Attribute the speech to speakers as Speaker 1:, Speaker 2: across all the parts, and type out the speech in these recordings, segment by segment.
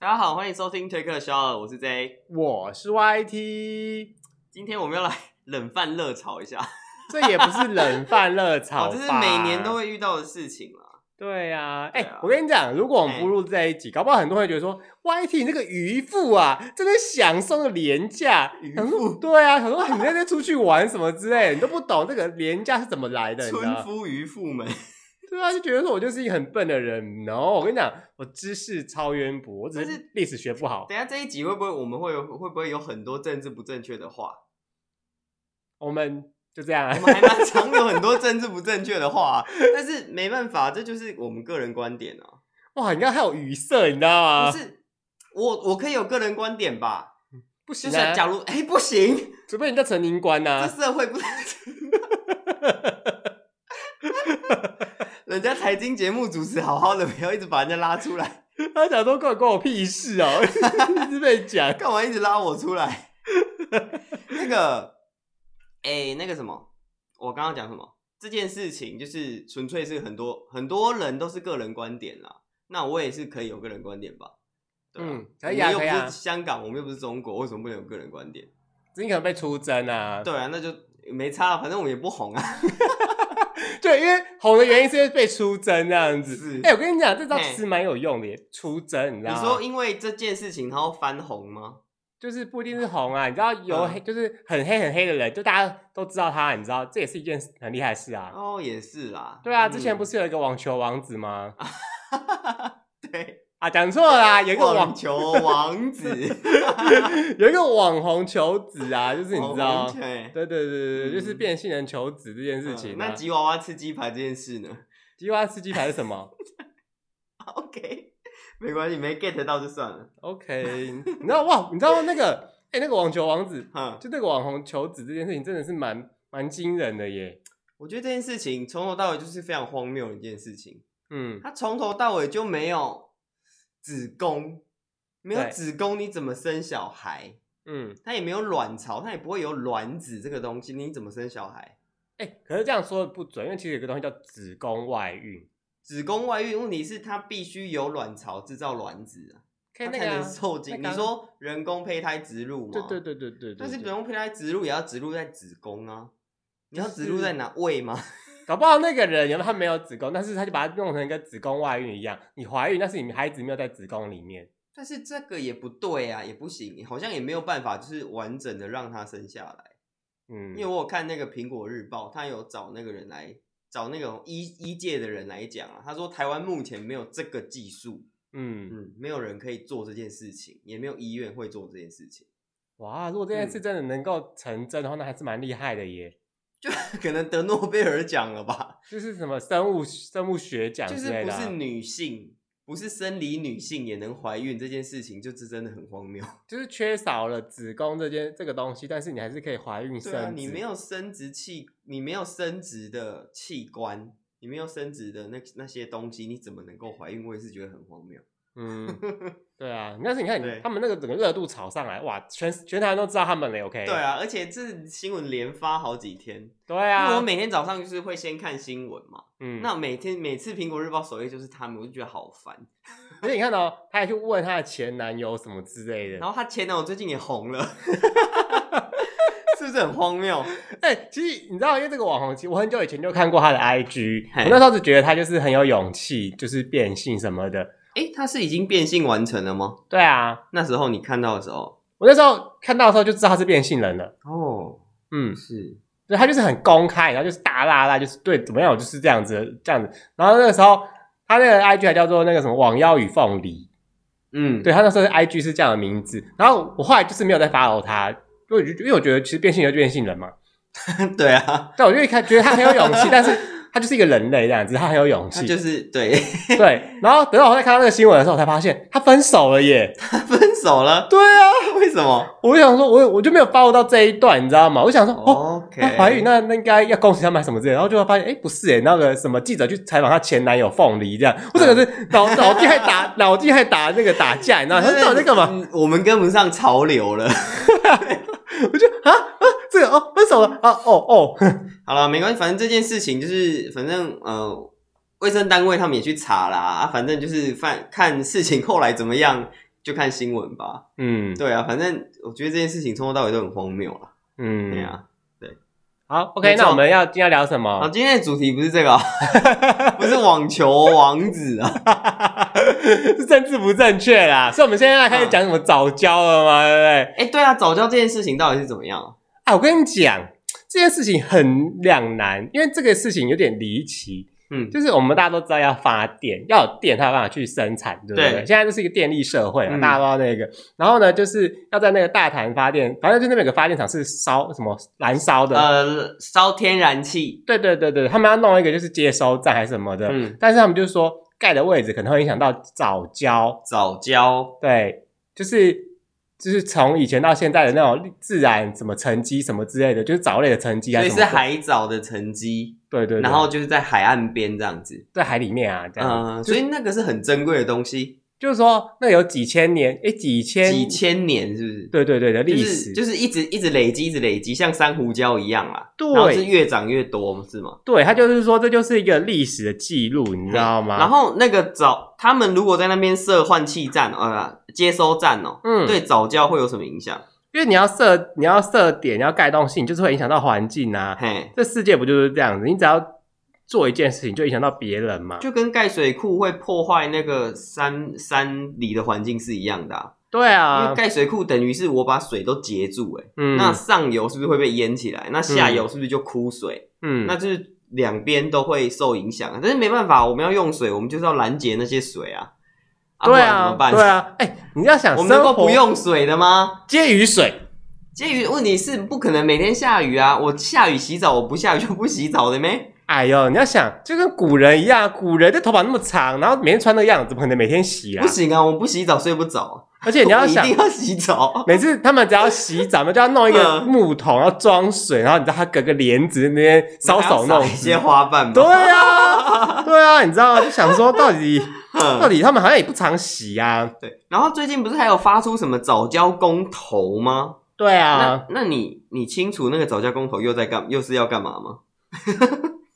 Speaker 1: 大家好，欢迎收听推客肖尔，我是 J。
Speaker 2: 我是 YT，
Speaker 1: 今天我们要来冷饭热炒一下，
Speaker 2: 这也不是冷饭热炒
Speaker 1: 好，
Speaker 2: 吧，
Speaker 1: 哦这是每年都会遇到的事情啦。
Speaker 2: 对啊。哎、
Speaker 1: 对啊哎
Speaker 2: 我跟你讲，如果我们不录这一集，搞不好很多人会觉得说，YT 你这个渔夫啊，真的享受了廉价渔夫。对啊，想说你在这出去玩什么之类的，你都不懂这个廉价是怎么来的，你知
Speaker 1: 村
Speaker 2: 道？
Speaker 1: 夫渔妇们，
Speaker 2: 对啊，就觉得说我就是一个很笨的人。然后我跟你讲，我知识超渊博，我只
Speaker 1: 但
Speaker 2: 是
Speaker 1: 是
Speaker 2: 历史学不好
Speaker 1: 等。一下这一集会不会我们会有会不会有很多政治不正确的话？
Speaker 2: 我们就这样啊
Speaker 1: 我。们还蛮常有很多政治不正确的话，啊但是没办法，这就是我们个人观点啊。
Speaker 2: 哇，你刚刚还有语塞，你知道吗？
Speaker 1: 不是我，我可以有个人观点吧？
Speaker 2: 不
Speaker 1: 就
Speaker 2: 行
Speaker 1: 是
Speaker 2: 啊，
Speaker 1: 假如哎、不行，
Speaker 2: 除非你叫陈宁官呐、
Speaker 1: 这
Speaker 2: 啊。
Speaker 1: 社会不是。人家财经节目主持好好的，不要一直把人家拉出来，
Speaker 2: 他想说关关我屁事哦， 一直被讲。
Speaker 1: 干嘛一直拉我出来？ 那个，哎、那个什么，我刚刚讲什么？这件事情就是纯粹是很多很多人都是个人观点啦。那我也是可以有个人观点吧？对吧
Speaker 2: 嗯可以啊
Speaker 1: 我们
Speaker 2: 可以
Speaker 1: 又
Speaker 2: 啊
Speaker 1: 不是香港，我们又不是中国，为什么不能有个人观点？
Speaker 2: 你可能被出征啊，
Speaker 1: 对啊，那就没差，反正我们也不红啊。
Speaker 2: 对，因为红的原因是因为被出征这样
Speaker 1: 是
Speaker 2: 子。哎、我跟你讲，这招
Speaker 1: 嘿
Speaker 2: 其实蛮有用的耶，出征，你知
Speaker 1: 你
Speaker 2: 道吗？
Speaker 1: 说因为这件事情，然后翻红吗？
Speaker 2: 就是不一定是红啊，你知道有
Speaker 1: 嗯
Speaker 2: 黑、就是很黑很黑的人，就大家都知道他，你知道这也是一件很厉害的事啊。
Speaker 1: 哦，也是啦。嗯
Speaker 2: 对啊，之前不
Speaker 1: 是、
Speaker 2: 是有一个网球王子吗？
Speaker 1: 对
Speaker 2: 啊，讲错 了啦，有一个
Speaker 1: 网
Speaker 2: 网
Speaker 1: 球王 子，
Speaker 2: 有一个网红球子啊，就是你知道，
Speaker 1: 哦对
Speaker 2: 对对对对对，就是
Speaker 1: 嗯
Speaker 2: 变性人球子这件事情、啊
Speaker 1: 嗯那吉娃娃吃鸡排这件事呢
Speaker 2: 吉娃娃吃鸡排是什么？
Speaker 1: ？OK，没关系，没 get 到就算了。
Speaker 2: OK，你知道哇？你知道那个哎、那个网球王子，
Speaker 1: 哈，
Speaker 2: 就那个网红球子这件事情，真的是蛮蛮惊人的耶。
Speaker 1: 我觉得这件事情从头到尾就是非常荒谬的一件事情。
Speaker 2: 嗯，
Speaker 1: 他从头到尾就没有子宫，没有
Speaker 2: 对
Speaker 1: 子宫你怎么生小孩？
Speaker 2: 嗯，
Speaker 1: 他也没有卵巢，他也不会有卵子这个东西，你怎么生小孩？
Speaker 2: 哎、可是这样说不准，因为其实有个东西叫子宫外孕，
Speaker 1: 子宫外孕问题是它必须有卵巢制造卵子啊，
Speaker 2: 可以
Speaker 1: 它
Speaker 2: 那
Speaker 1: 才
Speaker 2: 个、
Speaker 1: 能
Speaker 2: 啊，
Speaker 1: 受精。
Speaker 2: 那
Speaker 1: 你
Speaker 2: 个
Speaker 1: 说人工胚胎植入吗？
Speaker 2: 对对。对对对对
Speaker 1: 但是
Speaker 2: 对
Speaker 1: 人工胚胎植入也要植入在子宫啊，你要植入在哪胃吗？
Speaker 2: 搞不好那个人有没有他没有子宫，但是他就把它弄成跟子宫外孕一样，你怀孕，但是你孩子没有在子宫里面。
Speaker 1: 但是这个也不对啊，也不行，好像也没有办法，就是完整的让它生下来。
Speaker 2: 嗯，
Speaker 1: 因为我有看那个《苹果日报》，他有找那个人来，找那种医医界的人来讲啊，他说台湾目前没有这个技术，
Speaker 2: 嗯，
Speaker 1: 嗯，没有人可以做这件事情，也没有医院会做这件事情。
Speaker 2: 哇，如果这件事真的能够成真的话，那还是蛮厉害的耶。
Speaker 1: 可能得诺贝尔奖了吧？
Speaker 2: 就是什么生物生物学奖
Speaker 1: 就
Speaker 2: 之
Speaker 1: 是
Speaker 2: 类
Speaker 1: 不
Speaker 2: 的啊、
Speaker 1: 是女性，不是生理女性也能怀孕这件事情，就是真的很荒谬。
Speaker 2: 就是缺少了子宫这件这个东西，但是你还是可以怀孕 生
Speaker 1: 对
Speaker 2: 子。
Speaker 1: 啊，你没有生殖器，你没有生殖的器官，你没有生殖的那那些东西，你怎么能够怀孕？我也是觉得很荒谬。
Speaker 2: 嗯，对啊。但是你看
Speaker 1: 对
Speaker 2: 他们那个整个热度炒上来，哇，全全台湾都知道他们了。OK，
Speaker 1: 对啊，而且这新闻连发好几天，
Speaker 2: 对
Speaker 1: 因为我
Speaker 2: 啊，
Speaker 1: 每天早上就是会先看新闻嘛，
Speaker 2: 嗯，
Speaker 1: 那每天每次苹果日报首页就是他们，我就觉得好烦。
Speaker 2: 而且你看到、哦、他还去问他的前男友什么之类
Speaker 1: 然
Speaker 2: 的。
Speaker 1: 后她前男友最近也红了， 是不是很荒 谬？
Speaker 2: 哎、其实你知道，因为这个网红，其实我很久以前就看过他的 IG，
Speaker 1: 嘿
Speaker 2: 我那时候就觉得他就是很有勇气，就是变性什么的。
Speaker 1: 诶，他是已经变性完成了吗？
Speaker 2: 对啊，
Speaker 1: 那时候你看到的时候，
Speaker 2: 我那时候看到的时候就知道他是变性人了。
Speaker 1: 哦，
Speaker 2: 嗯，
Speaker 1: 是，
Speaker 2: 对他就是很公开，然后就是大辣辣，就是对怎么样，我就是这样子这样子。然后那个时候，他那个 IG 还叫做那个什么“网妖与凤梨”，
Speaker 1: 嗯，
Speaker 2: 对他那时候的 IG 是这样的名字。然后我后来就是没有再 follow 他，因为我就因为我觉得其实变性人就变性人嘛，
Speaker 1: 对啊，
Speaker 2: 但我就一开始觉得他很有勇 气，但是他就是一个人类这样子，他很有勇
Speaker 1: 他
Speaker 2: 气。
Speaker 1: 就是对
Speaker 2: 对，然后等到我在看到那个新闻的时候，我才发现他分手了耶。
Speaker 1: 他分手了，
Speaker 2: 对啊，
Speaker 1: 为什么
Speaker 2: 我就想说，我我就没有 follow 到这一段，你知道吗？我想说，哦，
Speaker 1: ？OK，
Speaker 2: 那怀孕那那应该要恭喜他们还是什么之类的，然后就会发现，哎、不是哎、那个什么记者去采访她前男友凤梨这样，我整个是
Speaker 1: 嗯
Speaker 2: 脑脑筋还 打脑筋还打那个打架，你知道吗？他哦
Speaker 1: 就是
Speaker 2: 到底在干嘛？
Speaker 1: 嗯我们跟不上潮流了。
Speaker 2: 我就啊啊，这个哦分手了啊哦哦，
Speaker 1: 好了，没关系，反正这件事情就是，反正呃，卫生单位他们也去查啦，啊反正就是看看事情后来怎么样，就看新闻吧。
Speaker 2: 嗯
Speaker 1: 对啊，反正我觉得这件事情从头到尾都很荒谬了。对
Speaker 2: 嗯，
Speaker 1: 啊，
Speaker 2: 好，OK，
Speaker 1: 没错
Speaker 2: 那我们要今天要聊什
Speaker 1: 好，
Speaker 2: 么？
Speaker 1: 今天的主题不是这个啊、 不是网球王子啊。
Speaker 2: 是政治不正确啦，所以我们现在要开始讲什么早教了吗？对不对？
Speaker 1: 哎、对啊，早教这件事情到底是怎么样啊？
Speaker 2: 啊，我跟你讲，这件事情很两难，因为这个事情有点离奇。
Speaker 1: 嗯，
Speaker 2: 就是我们大家都知道要发电，要有电才有办法去生产，对不对？
Speaker 1: 对
Speaker 2: 现在就是一个电力社会嘛，
Speaker 1: 嗯
Speaker 2: 大家都要那个。然后呢，就是要在那个大潭发电，反正就那边有个发电厂是烧什么燃烧的，
Speaker 1: 呃，烧天然气。
Speaker 2: 对对对对，他们要弄一个就是接收站还是什么的，
Speaker 1: 嗯，
Speaker 2: 但是他们就说盖的位置可能会影响到早教，
Speaker 1: 早教。
Speaker 2: 对，就是就是从以前到现在的那种自然什么沉积什么之类的，就是藻类的沉积啊
Speaker 1: 所以
Speaker 2: 什么
Speaker 1: 是
Speaker 2: 的，
Speaker 1: 海藻的沉积，
Speaker 2: 对对对，
Speaker 1: 然后就是在海岸边这样子。
Speaker 2: 在海里面啊这样，
Speaker 1: 嗯，所以那个是很珍贵的东西，
Speaker 2: 就是说那有几千年，诶，几千
Speaker 1: 几，千年是不是？
Speaker 2: 对对对的
Speaker 1: 就
Speaker 2: 历史，
Speaker 1: 是就是一直一直累积，一直累积，像珊瑚礁一样啦。然后是
Speaker 2: 对
Speaker 1: 越长越多，是吗？
Speaker 2: 对，他就是说这就是一个历史的记录，你知道吗？
Speaker 1: 然后那个早，他们如果在那边设换气站，呃，接收站哦，
Speaker 2: 嗯，
Speaker 1: 对早教会有什么影响？
Speaker 2: 因为你要设你要设点，你要盖东西，你就是会影响到环境啊，
Speaker 1: 嘿，
Speaker 2: 这世界不就是这样子？你只要做一件事情，就影响到别人嘛。
Speaker 1: 就跟盖水库会破坏那个山山里的环境是一样的、啊，
Speaker 2: 对
Speaker 1: 因
Speaker 2: 啊
Speaker 1: 为，盖水库等于是我把水都截住、欸，
Speaker 2: 嗯，
Speaker 1: 那上游是不是会被淹起来？那下游是不是就枯水？
Speaker 2: 嗯，
Speaker 1: 那就是两边都会受影响。啊但是没办法，我们要用水，我们就是要拦截那些水啊。不
Speaker 2: 对
Speaker 1: 然怎
Speaker 2: 啊
Speaker 1: 么，办？
Speaker 2: 对，啊，哎、你要想
Speaker 1: 我
Speaker 2: 生
Speaker 1: 们能
Speaker 2: 活
Speaker 1: 够不用水的吗？
Speaker 2: 接雨水，
Speaker 1: 鉴于问题是不可能每天下雨啊，我下雨洗澡，我不下雨就不洗澡的咩？
Speaker 2: 哎呦，你要想就跟古人一样，古人的头发那么长，然后每天穿那样，怎么可能每天洗啊
Speaker 1: 不？行啊，我不洗澡睡不着，
Speaker 2: 而且你要
Speaker 1: 我一
Speaker 2: 想
Speaker 1: 定。要洗 澡。
Speaker 2: 每次他们只要洗澡，他们就要弄一个
Speaker 1: 嗯
Speaker 2: 木桶，要装水，然后你知道他隔个帘子那边搔首
Speaker 1: 还要
Speaker 2: 弄
Speaker 1: 撒一
Speaker 2: 姿
Speaker 1: 些，花瓣吧。
Speaker 2: 对 啊，对啊，你知道就想说到底
Speaker 1: 哼
Speaker 2: 到底他们好像也不常洗啊，
Speaker 1: 对，然后最近不是还有发出什么早教公投吗？
Speaker 2: 对啊
Speaker 1: 那，那你你清楚那个早教公投又在干又是要干嘛吗？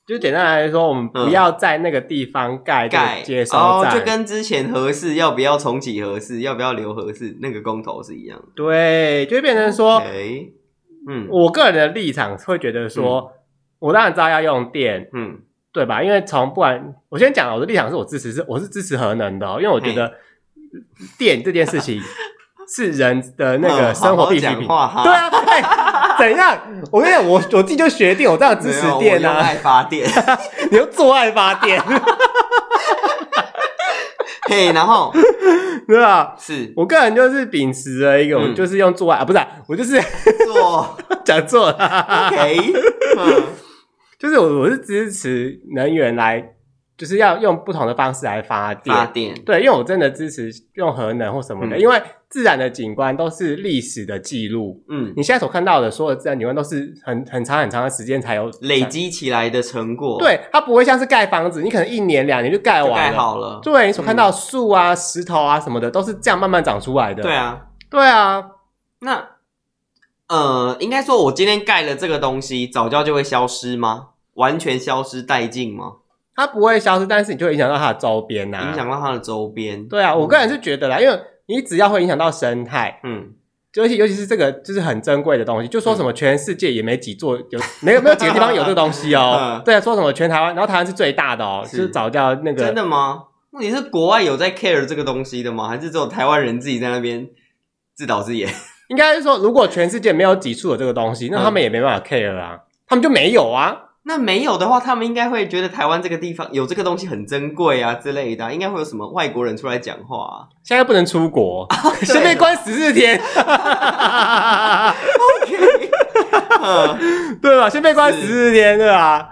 Speaker 2: 就简单来说，我们不要在那个地方盖这
Speaker 1: 盖
Speaker 2: 个接收
Speaker 1: 哦，
Speaker 2: 站，
Speaker 1: 就跟之前合适要不要重启合适要不要留合适那个公投是一样的。
Speaker 2: 对，就会变成说
Speaker 1: OK，嗯
Speaker 2: 哦我个人的立场会觉得说，我当然知道要用电，
Speaker 1: 嗯
Speaker 2: 对吧？因为从不然，我先讲我的立场是我支持是我是支持核能的、哦，因为我觉得电这件 事情是人的那个
Speaker 1: 嗯
Speaker 2: 生活必需
Speaker 1: 好好讲。
Speaker 2: 品
Speaker 1: 话哈，
Speaker 2: 对啊，哎，怎样？我跟你讲，我我自己就学电，我当然支
Speaker 1: 没有，
Speaker 2: 持电
Speaker 1: 我用
Speaker 2: 啊！
Speaker 1: 爱发电。
Speaker 2: 你又做爱发电，
Speaker 1: 嘿，然后
Speaker 2: 对吧？
Speaker 1: 是
Speaker 2: 我个人就是秉持了一个，
Speaker 1: 嗯
Speaker 2: 我就是用做爱啊，不是啊、我就是
Speaker 1: 做
Speaker 2: 讲错了。
Speaker 1: OK，嗯
Speaker 2: 就是我我是支持能源来，就是要用不同的方式来发电。
Speaker 1: 发电，
Speaker 2: 对，因为我真的支持用核能或什么的，
Speaker 1: 嗯
Speaker 2: 因为自然的景观都是历史的记录。
Speaker 1: 嗯，
Speaker 2: 你现在所看到的所有自然景观都是很很长很长的时间才有
Speaker 1: 累。积起来的成果，，
Speaker 2: 对，它不会像是盖房子，你可能一年两年就盖完
Speaker 1: 盖
Speaker 2: 了。
Speaker 1: 好嗯了，
Speaker 2: 对你所看到的树啊、石头啊什么的，都是这样慢慢长出来的。
Speaker 1: 对，啊，
Speaker 2: 对啊，
Speaker 1: 那呃，应该说我今天盖了这个东西，早教就会消失吗？完全消失殆尽吗？
Speaker 2: 它不会消失，但是你就会影响到它的周边呐、
Speaker 1: 影响嗯到它的周边？
Speaker 2: 对啊，我个人是觉得啦，因为你只要会影响到生态，
Speaker 1: 嗯，。
Speaker 2: 尤其尤其是这个就是很珍贵的东西，就说什么全世界也没几座有没有没有几个地方有这个东西哦 对啊，说什么全台湾，然后台湾是最大的哦，
Speaker 1: 嗯是
Speaker 2: 就是早教那
Speaker 1: 真
Speaker 2: 个
Speaker 1: 的吗？问题是国外有在 care 这个东西的吗？还是只有台湾人自己在那边自导自演？
Speaker 2: 应该是说，如果全世界没有几处有这个东西，那他们
Speaker 1: 嗯
Speaker 2: 也没办法 care 啊，他们就没有啊。
Speaker 1: 那没有的话，他们应该会觉得台湾这个地方有这个东西很珍贵啊之类的啊、应该会有什么外国人出来讲话、啊。
Speaker 2: 现在不能出国， 先被关十四天，
Speaker 1: 嗯
Speaker 2: 对吧？先被关十
Speaker 1: 是
Speaker 2: 四天，对吧？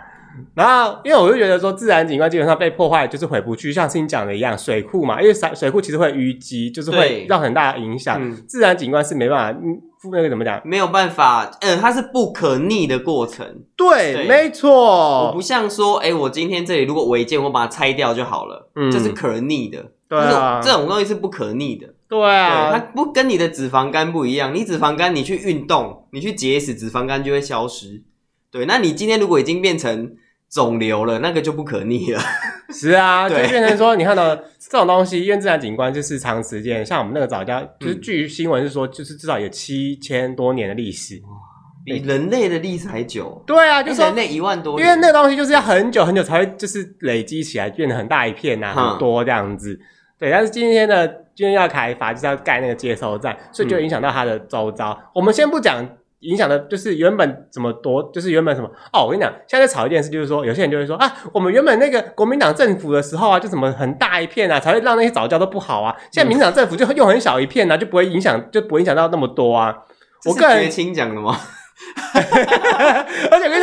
Speaker 2: 然后，因为我就觉得说，自然景观基本上被破坏就是回不去，像是你讲的一样，水库嘛，因为水水库其实会淤积，就是会
Speaker 1: 对
Speaker 2: 让很大的影响。
Speaker 1: 嗯，
Speaker 2: 自然景观是没办法，嗯，那个怎么讲？
Speaker 1: 没有办法，嗯，它是不可逆的过程。
Speaker 2: 对，
Speaker 1: 对
Speaker 2: 没
Speaker 1: 我
Speaker 2: 错，
Speaker 1: 不像说，哎、我今天这里如果违建，我把它拆掉就好了，
Speaker 2: 嗯
Speaker 1: 这是可逆的。
Speaker 2: 对
Speaker 1: 这种
Speaker 2: 啊
Speaker 1: 这种东西是不可逆的。
Speaker 2: 对
Speaker 1: 对，它
Speaker 2: 啊，
Speaker 1: 不跟你的脂肪肝不一样。你脂肪肝，你去运动，你去节食，脂肪肝就会消失。对，那你今天如果已经变成肿瘤了，那个就不可逆了。
Speaker 2: 是啊，就
Speaker 1: 对
Speaker 2: 变成说，你看到这种东西，因为自然景观就是长时间，像我们那个早教，就是
Speaker 1: 嗯
Speaker 2: 据新闻是说，就是至少有七千多年的历史。
Speaker 1: 比人类的历史还久，
Speaker 2: 对啊，就
Speaker 1: 就是
Speaker 2: 说
Speaker 1: 人类一万多
Speaker 2: 因
Speaker 1: 年，
Speaker 2: 为那个东西就是要很久很久才会就是累积起来，变得很大一片呐、
Speaker 1: 嗯
Speaker 2: 很多这样子。对，但是今天呢，今天要开发就是要盖那个接收站，所以就
Speaker 1: 嗯
Speaker 2: 影响到它的周遭。我们先不讲影响的，就是原本怎么多，就是原本什么哦，我跟你讲，现在在吵一件事，就是说有些人就会说啊，我们原本那个国民党政府的时候啊，就怎么很大一片啊，才会让那些早教都不好啊。现在民进党政府就又很小一片啊，就不会影响，就不会影响到那么多啊。
Speaker 1: 这
Speaker 2: 我
Speaker 1: 是
Speaker 2: 个人
Speaker 1: 绝亲讲的吗？
Speaker 2: 而且我跟你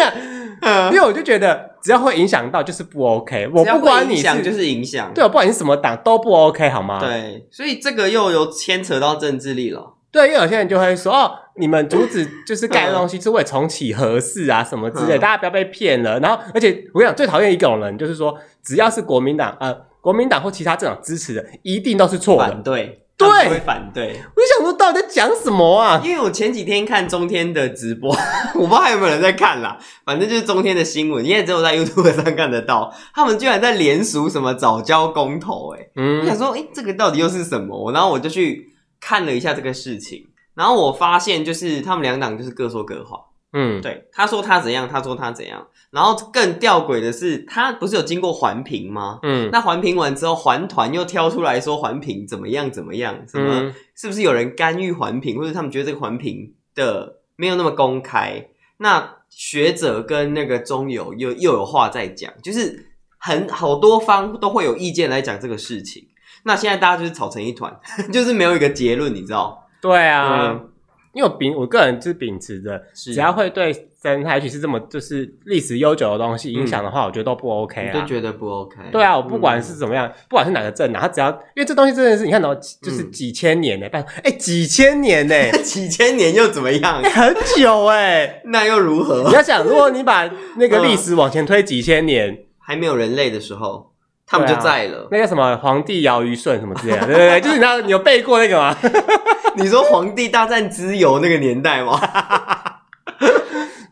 Speaker 2: 讲，因为我就觉得只要会影响到就是不 OK，我
Speaker 1: 只要
Speaker 2: 不管
Speaker 1: 会
Speaker 2: 你
Speaker 1: 影响
Speaker 2: 是
Speaker 1: 就是影响，
Speaker 2: 对，我不管你是什么党都不 OK 好吗？
Speaker 1: 对，所以这个又有牵扯到政治力了。
Speaker 2: 对，因为有些人就会说哦，你们阻止就是盖的东西是为了重启核试啊什么之类，
Speaker 1: 嗯
Speaker 2: 大家不要被骗了。然后，而且我跟你讲，最讨厌一种人就是说，只要是国民党呃国民党或其他政党支持的，一定都是错的
Speaker 1: 反。对，
Speaker 2: 对
Speaker 1: 他们会反对。
Speaker 2: 我就想说，到底在讲什么啊？
Speaker 1: 因为我前几天看中天的直播， 我不知道还有没有人在看啦，反正就是中天的新闻，因为只有在 YouTube 上看得到，他们居然在联署什么早教公投、欸，我想
Speaker 2: 嗯，
Speaker 1: 说，哎、这个到底又是什么？然后我就去看了一下这个事情，然后我发现就是他们两党就是各说各话，
Speaker 2: 嗯，
Speaker 1: 对，他说他怎样，他说他怎样，然后更吊诡的是，他不是有经过环评吗？
Speaker 2: 嗯，
Speaker 1: 那环评完之后，环团又挑出来说环评怎么样怎么样，什么、
Speaker 2: 嗯
Speaker 1: 是不是有人干预环评，或者他们觉得这个环评的没有那么公开？那学者跟那个中友又又有话在讲，就是很好多方都会有意见来讲这个事情。那现在大家就是吵成一团， 就是没有一个结论，你知道？
Speaker 2: 对啊
Speaker 1: 嗯，
Speaker 2: 因为我秉我个人就是秉持着
Speaker 1: 是
Speaker 2: 只要会对生态，尤其是这么就是历史悠久的东西影响的话，我觉得都不 OK
Speaker 1: 你
Speaker 2: 啊
Speaker 1: 嗯就。觉得不 OK？
Speaker 2: 对啊，我不管是
Speaker 1: 嗯
Speaker 2: 怎么样，不管是哪个政党，他只要因为这东西真的是你看到就是
Speaker 1: 嗯
Speaker 2: 几千年呢、拜托，哎、几千年呢、
Speaker 1: 几千年又怎么样
Speaker 2: 哎？很久哎、
Speaker 1: 那又如
Speaker 2: 你
Speaker 1: 何？
Speaker 2: 要想，如果你把那个历史往前推几千年，
Speaker 1: 还没有人类的时候，他们就
Speaker 2: 对啊
Speaker 1: 在了。
Speaker 2: 那个什么皇帝尧虞舜什么之类的， 对对对，就是你知道你有背过那个吗？
Speaker 1: 你说皇帝大战之友那个年代吗？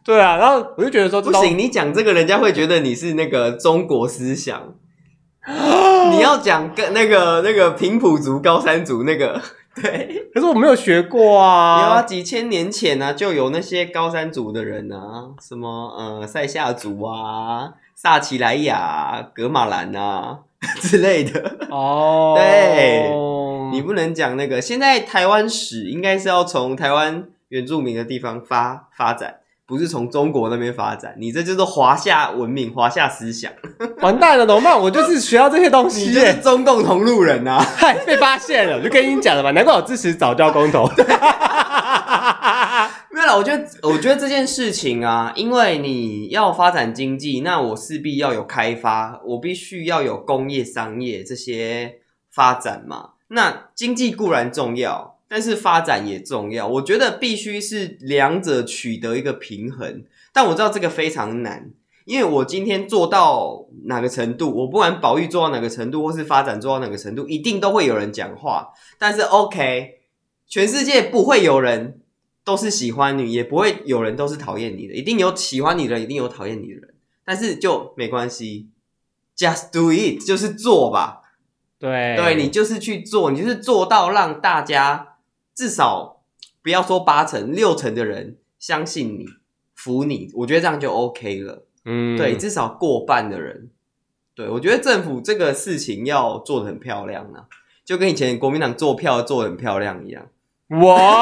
Speaker 2: 对啊，然后我就觉得说这
Speaker 1: 不
Speaker 2: 东
Speaker 1: 行，你讲这个人家会觉得你是那个中国思想。你要讲跟那个那个平埔族、高山族那个， 对，
Speaker 2: 可是我没有学过啊。
Speaker 1: 有啊，几千年前啊，就有那些高山族的人啊，什么呃塞夏族啊、萨奇莱雅啊、格马兰啊 之类的。
Speaker 2: 哦，
Speaker 1: 对
Speaker 2: 嗯
Speaker 1: 你不能讲那个，现在台湾史应该是要从台湾原住民的地方发发展，不是从中国那边发展。你这就是华夏文明、华夏思想。
Speaker 2: 完蛋了，怎么办？我就是学到这些东
Speaker 1: 你
Speaker 2: 西
Speaker 1: 就
Speaker 2: 耶、
Speaker 1: 是中共同路人啊！
Speaker 2: 嗨，被发现了，我就跟你讲了嘛，难怪我支持早教公 投。
Speaker 1: 没有啦，我觉得，我觉得这件事情啊，因为你要发展经济，那我势必要有开发，我必须要有工业、商业这些发展嘛。那经济固然重要，但是发展也重要。我觉得必须是两者取得一个平衡，但我知道这个非常难。因为我今天做到哪个程度，我不管保育做到哪个程度，或是发展做到哪个程度，一定都会有人讲话。但是 OK，全世界不会有人都是喜欢你，也不会有人都是讨厌你的，一定有喜欢你的人，一定有讨厌你的人。但是就没关系，just do it，就是做吧。
Speaker 2: 对，
Speaker 1: 对你就是去做，你就是做到让大家至少不要说八成、六成的人相信你、服你，我觉得这样就 OK 了。
Speaker 2: 嗯
Speaker 1: 对，至少过半的人。对，我觉得政府这个事情要做的很漂亮啊，就跟以前国民党做票做的很漂亮一样。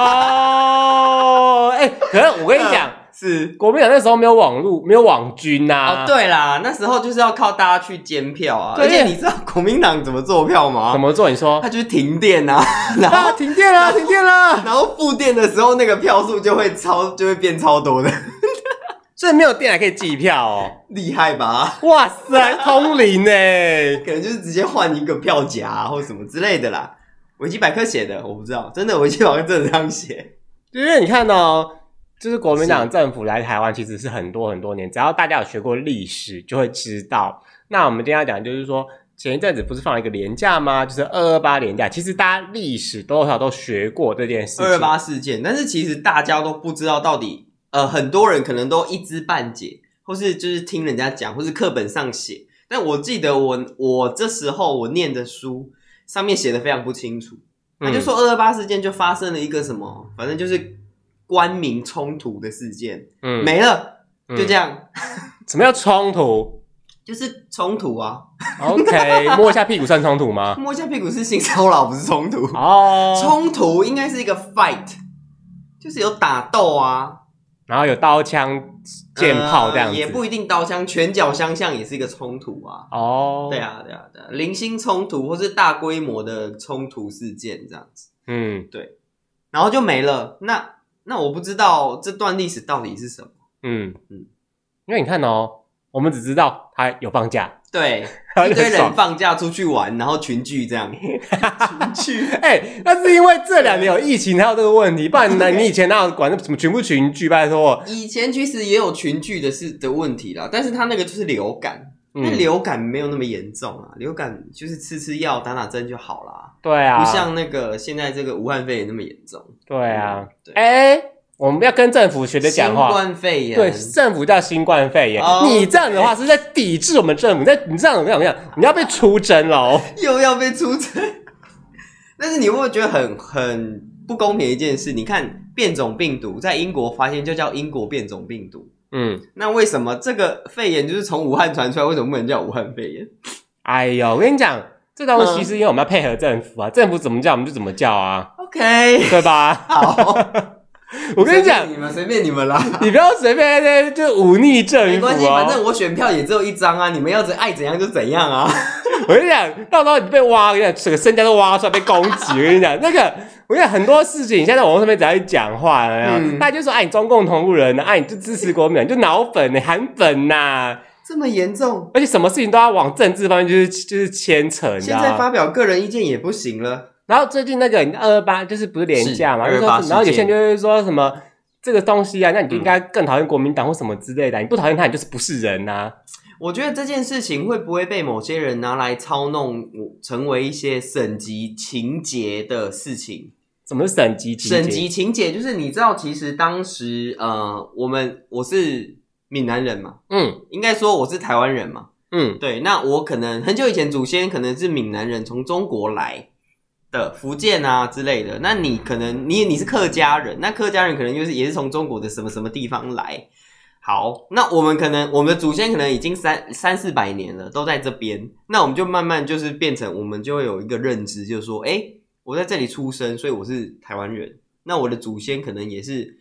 Speaker 2: 哇，哎、可是我跟你讲，
Speaker 1: 是
Speaker 2: 国民党那时候没有网路，没有网军呐、
Speaker 1: 啊、对啦，那时候就是要靠大家去监票啊。
Speaker 2: 对
Speaker 1: 而且你知道国民党怎么做票
Speaker 2: 怎
Speaker 1: 吗？
Speaker 2: 么做？你说
Speaker 1: 他就是停电啊， 然后
Speaker 2: 啊，停电了，停电了，
Speaker 1: 然后复电的时候那个票数就会超，就会变超多的，
Speaker 2: 所以没有电还可以计票哦。
Speaker 1: 厉害吧？
Speaker 2: 哇塞，通灵呢、欸
Speaker 1: 可能就是直接换一个票夹、啊或什么之类的啦。维基百科写的，我不知道，真的维基百科真的这样写。
Speaker 2: 因为你看哦，就是国民党政府来台湾其实是很多很多年，只要大家有学过历史就会知道。那我们今天要讲就是说，前一阵子不是放了一个年假吗？就是二二八年假，其实大家历史多少都学过这件事情。
Speaker 1: 二二八事件，但是其实大家都不知道到底，呃，很多人可能都一知半解，或是就是听人家讲，或是课本上写。但我记得我我这时候我念的书上面写的非常不清楚，
Speaker 2: 嗯
Speaker 1: 他就说二二八事件就发生了一个什么，反正就是官民冲突的事件，
Speaker 2: 嗯，
Speaker 1: 没了，
Speaker 2: 嗯
Speaker 1: 就这样，
Speaker 2: 什么叫冲突
Speaker 1: 就是冲突啊，
Speaker 2: ？OK，摸一下屁股算冲突吗？
Speaker 1: 摸一下屁股是性骚扰，不是冲突。
Speaker 2: 哦，
Speaker 1: 冲突应该是一个 fight，就是有打斗啊，
Speaker 2: 然后有刀枪剑炮这样
Speaker 1: 呃
Speaker 2: 子，
Speaker 1: 也不一定刀枪，拳脚相向也是一个冲突啊。
Speaker 2: 哦，
Speaker 1: 对，啊，对啊，对啊，零星冲突或是大规模的冲突事件这样子，
Speaker 2: 嗯
Speaker 1: 然后就没了。那那我不知道这段历史到底是什么。
Speaker 2: 嗯
Speaker 1: 嗯
Speaker 2: 因为你看哦，我们只知道他有放假，
Speaker 1: 对，
Speaker 2: 他
Speaker 1: 一
Speaker 2: 就
Speaker 1: 堆人
Speaker 2: 爽。
Speaker 1: 放假出去玩，然后群聚这样。 群聚，
Speaker 2: 哎、那是因为这两年有疫情，才有这个问题，不然呢，你以前那管什么群不群聚，拜托，
Speaker 1: 以前其实也有群聚的事的问题啦，但是他那个就是流感，那、
Speaker 2: 嗯，
Speaker 1: 流感没有那么严重啊，流感就是吃吃药、打打针就好啦，
Speaker 2: 对啊，
Speaker 1: 不像那个现在这个武汉肺炎那么严重。
Speaker 2: 对啊，
Speaker 1: 对，
Speaker 2: 哎、我们要跟政府学着讲
Speaker 1: 新
Speaker 2: 话。
Speaker 1: 冠肺炎，
Speaker 2: 对，政府叫新冠肺炎。
Speaker 1: 哦
Speaker 2: 你这样子的话是在抵制我们政府，在你这样怎么样怎么样？你要被出征 了哦。
Speaker 1: 又要被出征。但是你会不会觉得很很不公平的一件事？你看变种病毒在英国发现就叫英国变种病毒，
Speaker 2: 嗯，
Speaker 1: 那为什么这个肺炎就是从武汉传出来？为什么不能叫武汉肺 炎？
Speaker 2: 哎呦，我跟你讲，这东西
Speaker 1: 嗯
Speaker 2: 是因为我们要配合政府啊，政府怎么叫我们就怎么叫啊，
Speaker 1: OK，
Speaker 2: 对吧？
Speaker 1: 好，
Speaker 2: 我跟你讲
Speaker 1: 随便，你们随便你们 啦，
Speaker 2: 你不要随便在那边就忤逆
Speaker 1: 没
Speaker 2: 政府
Speaker 1: 关系，反正
Speaker 2: 哦。
Speaker 1: 我选票也只有一张啊，你们要怎爱怎样就怎样啊。
Speaker 2: 我跟你讲，到时候你被挖，我跟你讲，整个身家都挖出来被攻击。我跟你讲，那个，我跟你讲，很多事情，你现在在网络上面只要一讲话，有没有
Speaker 1: 嗯
Speaker 2: 大家就说，哎，你中共同路人呢，哎，你就支持国民党，你就脑粉呢、欸韩粉呐、
Speaker 1: 这么严重，
Speaker 2: 而且什么事情都要往政治方面就是就是牵扯，你知
Speaker 1: 现
Speaker 2: 道
Speaker 1: 在
Speaker 2: 吗？
Speaker 1: 发表个人意见也不行了。
Speaker 2: 然后最近那个二二八就是不是廉价嘛，
Speaker 1: 是
Speaker 2: 就说
Speaker 1: 228
Speaker 2: 然后有些
Speaker 1: 事件嗯
Speaker 2: 人就会说什么这个东西啊，那你就应该更讨厌国民党或什么之类的，你不讨厌他，你就是不是人呐、啊
Speaker 1: 我觉得这件事情会不会被某些人拿来操弄，成为一些省级情节的事情？
Speaker 2: 什么是省级情节
Speaker 1: 省级情节就是你知道，其实当时呃，我们我是闽南人嘛，
Speaker 2: 嗯
Speaker 1: 应该说我是台湾人嘛，
Speaker 2: 嗯
Speaker 1: 对，那我可能很久以前祖先可能是闽南人，从中国来的福建啊之类的，那你可能你你是客家人，那客家人可能就是也是从中国的什么什么地方来。好，那我们可能我们的祖先可能已经三三四百年了，都在这边，那我们就慢慢就是变成我们就会有一个认知，就是说，哎，我在这里出生，所以我是台湾人。那我的祖先可能也是，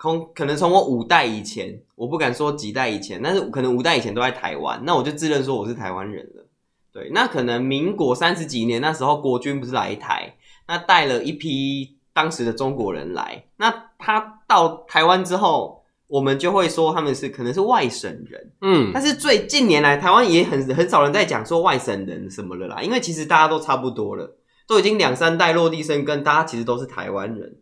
Speaker 1: 从可能从我五代以前，我不敢说几代以前，但是可能五代以前都在台湾，那我就自认说我是台湾人了。对，那可能民国三十几年那时候国军不是来台，那带了一批当时的中国人来，那他到台湾之后，我们就会说他们是可能是外省人。
Speaker 2: 嗯
Speaker 1: 但是最近年来，台湾也很很少人在讲说外省人什么了啦，因为其实大家都差不多了，都已经两三代落地生根，大家其实都是台湾人。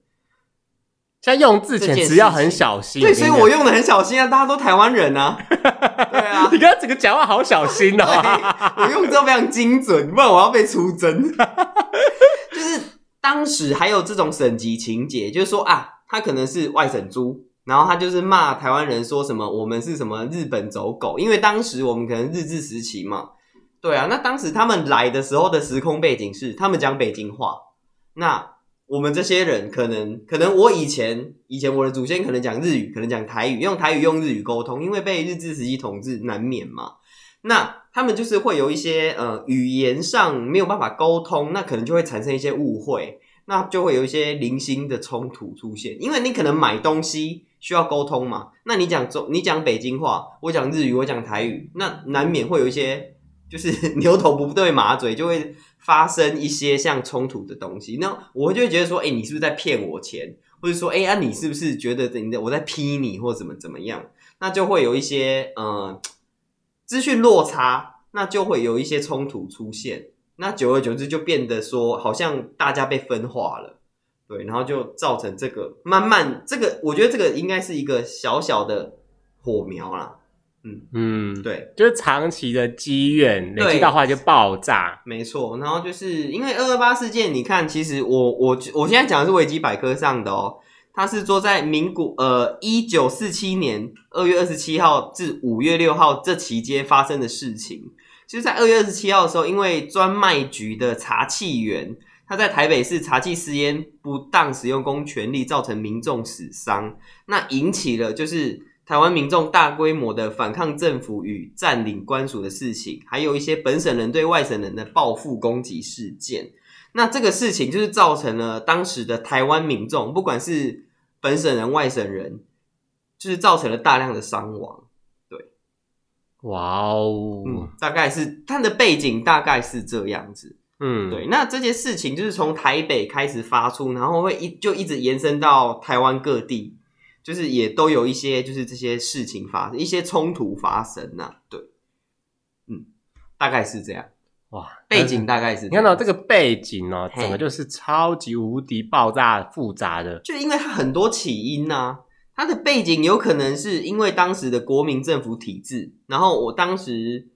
Speaker 2: 现在用字遣词要很小心。
Speaker 1: 对，所以我
Speaker 2: 用
Speaker 1: 用的很小心啊，大家都台湾人啊。对啊
Speaker 2: 你，刚刚整个讲话好小心哦。
Speaker 1: 对我用之后非常精准，不然我要被出征。 就是当时还有这种省级情节，就是说啊，他可能是外省猪，然后他就是骂台湾人说什么我们是什么日本走狗，因为当时我们可能日治时期嘛，对啊，那当时他们来的时候的时空背景是他们讲北京话，那。我们这些人可能，可能我以前以前我的祖先可能讲日语，可能讲台语，用台语用日语沟通，因为被日治时期统治难免嘛。那他们就是会有一些呃语言上没有办法沟通，那可能就会产生一些误会，那就会有一些零星的冲突出现。因为你可能买东西需要沟通嘛，那你讲中你讲北京话，我讲日语，我讲台语，那难免会有一些就是牛头不对马嘴，就会发生一些像冲突的东西。那我就会觉得说，哎、你是不是在骗我钱？或者说，哎、啊，你是不是觉得你的我在批你，或怎么怎么样？那就会有一些呃资讯落差，那就会有一些冲突出现。那久而久之就变得说，好像大家被分化了，对，然后就造成这个慢慢这个，我觉得这个应该是一个小小的火苗啦，
Speaker 2: 嗯，
Speaker 1: 对，
Speaker 2: 就是长期的积怨累积
Speaker 1: 对
Speaker 2: 到后来就爆炸。
Speaker 1: 没错。然后就是因为二二八事件，你看，其实我我我现在讲的是维基百科上的哦，他是说在民国呃一九四七年二月二十七号至五月六号这期间发生的事情。就是在二月二十七号的时候，因为专卖局的查气员，他在台北市查气私烟不当使用公权力，造成民众死伤，那引起了就是台湾民众大规模的反抗政府与占领官署的事情，还有一些本省人对外省人的报复攻击事件。那这个事情就是造成了当时的台湾民众，不管是本省人、外省人，就是造成了大量的伤亡。
Speaker 2: 哇哦，
Speaker 1: 嗯，大概是它的背景大概是这样子。
Speaker 2: 嗯，
Speaker 1: 对，那这些事情就是从台北开始发出，然后会一就一直延伸到台湾各地，就是也都有一些就是这些事情发生，一些冲突发生呐、对，嗯，大概是这样，
Speaker 2: 哇，
Speaker 1: 背景大概是
Speaker 2: 嗯你看到这
Speaker 1: 个，
Speaker 2: 个背景哦，
Speaker 1: 嘿
Speaker 2: 整个就是超级无敌爆炸复杂的，
Speaker 1: 就因为它很多起因呐、啊它的背景有可能是因为当时的国民政府体制，然后我当时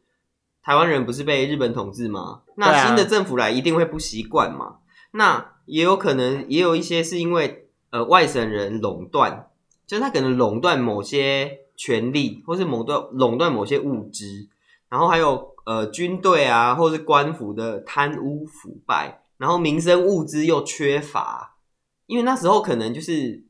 Speaker 1: 台湾人不是被日本统治吗？
Speaker 2: 对啊
Speaker 1: 那新的政府来一定会不习惯嘛。那也有可能也有一些是因为呃外省人垄断，就是他可能垄断某些权利，或是垄断垄断某些物资，然后还有呃军队啊，或是官府的贪污腐败，然后民生物资又缺乏，因为那时候可能就是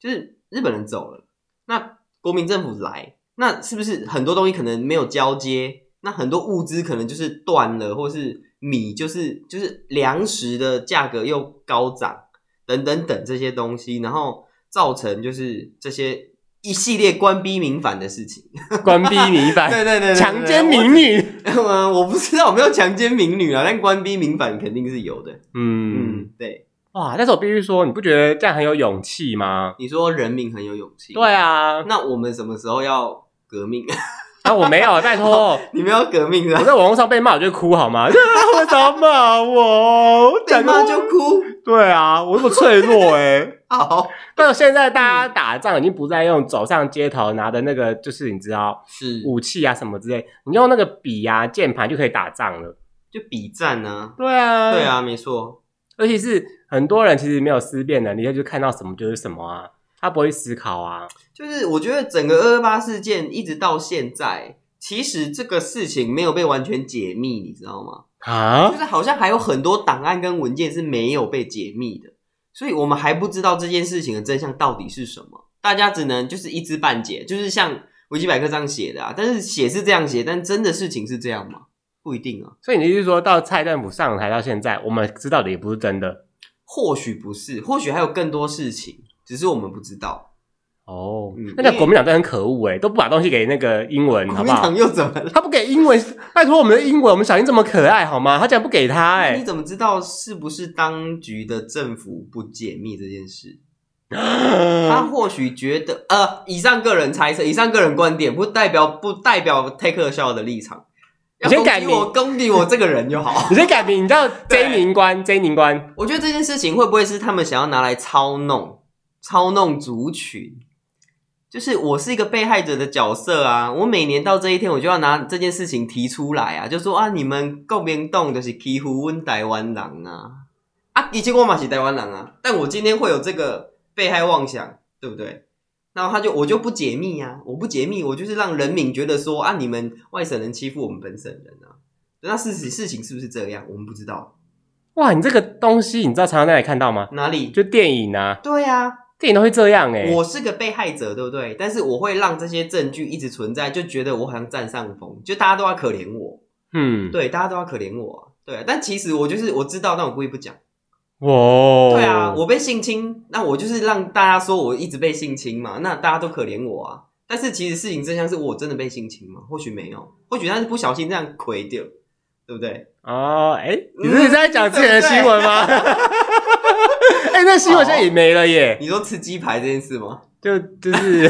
Speaker 1: 就是日本人走了，那国民政府来，那是不是很多东西可能没有交接？那很多物资可能就是断了，或是米就是就是粮食的价格又高涨，等等等这些东西，然后造成就是这些一系列官逼民反的事情。
Speaker 2: 官逼民反，
Speaker 1: 对对对对对
Speaker 2: 强奸民女，
Speaker 1: 嗯， 我不知道有没有强奸民女啊，但官逼民反肯定是有的。
Speaker 2: 嗯，
Speaker 1: 嗯，对，
Speaker 2: 哇，但是我必须说，你不觉得这样很有勇气吗？
Speaker 1: 你说人民很有勇气，
Speaker 2: 对。啊，
Speaker 1: 那我们什么时候要革命？
Speaker 2: 啊，我没有，拜托，
Speaker 1: 你们要革命
Speaker 2: 我
Speaker 1: 了，
Speaker 2: 在网络上被骂，我就哭好吗？ 为什么骂我？我
Speaker 1: 被
Speaker 2: 讲
Speaker 1: 骂就哭。
Speaker 2: 对啊，我这么脆弱哎、
Speaker 1: 好，
Speaker 2: 但现在大家打仗已经不再用走上街头拿的那个，就是你知道
Speaker 1: 是
Speaker 2: 武器啊什么之类，你用那个笔啊键盘就可以打仗了。
Speaker 1: 就比战呢、
Speaker 2: 对啊，
Speaker 1: 啊。对，啊，没错，
Speaker 2: 尤其是很多人其实没有思辨能力，他就看到什么就是什么啊，他不会思考啊。
Speaker 1: 就是我觉得整个二二八事件一直到现在，其实这个事情没有被完全解密，你知道吗？
Speaker 2: 啊
Speaker 1: 就，是好像还有很多档案跟文件是没有被解密的，所以我们还不知道这件事情的真相到底是什么。大家只能就是一知半解，就是像维基百科上写的啊，但是写是这样写，但真的事情是这样吗？不一定啊，
Speaker 2: 所以你是说到蔡政府上台到现在，我们知道的也不是真的
Speaker 1: 或许不是，或许还有更多事情，只是我们不知道。
Speaker 2: 哦
Speaker 1: 嗯。
Speaker 2: 那个
Speaker 1: 因为
Speaker 2: 国民党真的很可恶哎、都不把东西给那个英文，
Speaker 1: 国
Speaker 2: 嗯好
Speaker 1: 民
Speaker 2: 不好
Speaker 1: 党？又怎么了？
Speaker 2: 他不给英文，拜托我们的英文，我们小英这么可爱好吗？他竟然不给他哎、
Speaker 1: 你怎么知道是不是当局的政府不解密这件事？
Speaker 2: 嗯
Speaker 1: 他或许觉得，呃，以上个人猜测，以上个人观点，不代表不代表 Take a Shot 的立场。
Speaker 2: 你
Speaker 1: 要
Speaker 2: 先
Speaker 1: 攻
Speaker 2: 改
Speaker 1: 击
Speaker 2: 名
Speaker 1: 我，攻击我这个人就好。
Speaker 2: 你先改名，你知道 J
Speaker 1: 对
Speaker 2: 宁官，J 宁官，
Speaker 1: 我觉得这件事情会不会是他们想要拿来操弄、操弄族群？就是我是一个被害者的角色啊，我每年到这一天，我就要拿这件事情提出来啊，就说啊，你们共鸣动就是欺负温台湾人啊，啊，其实我嘛是台湾人啊，但我今天会有这个被害妄想，对不对？然后他就我就不解密啊，我不解密，我就是让人民觉得说啊，你们外省人欺负我们本省人啊，那事实事情是不是这样？我们不知道
Speaker 2: 哇，你这个东西你知道常常在哪里看到吗？
Speaker 1: 哪里
Speaker 2: 就电影啊，
Speaker 1: 对啊，
Speaker 2: 电影都会这样哎、
Speaker 1: 我是个被害者，对不对？但是我会让这些证据一直存在，就觉得我好像占上风，就大家都要可怜我，
Speaker 2: 嗯，
Speaker 1: 对，大家都要可怜我啊、对啊。但其实我就是我知道，但我故意不讲。
Speaker 2: 哇，
Speaker 1: 对啊，我被性侵，那我就是让大家说我一直被性侵嘛，那大家都可怜我啊。但是其实事情真相是我真的被性侵吗？或许没有，或许他是不小心这样亏掉，对不对？
Speaker 2: 哦，哎、
Speaker 1: 嗯
Speaker 2: 你是在讲之前的新闻吗？ 哎、那新闻现在也没了耶，
Speaker 1: 你说吃鸡排这件事吗？
Speaker 2: 就就是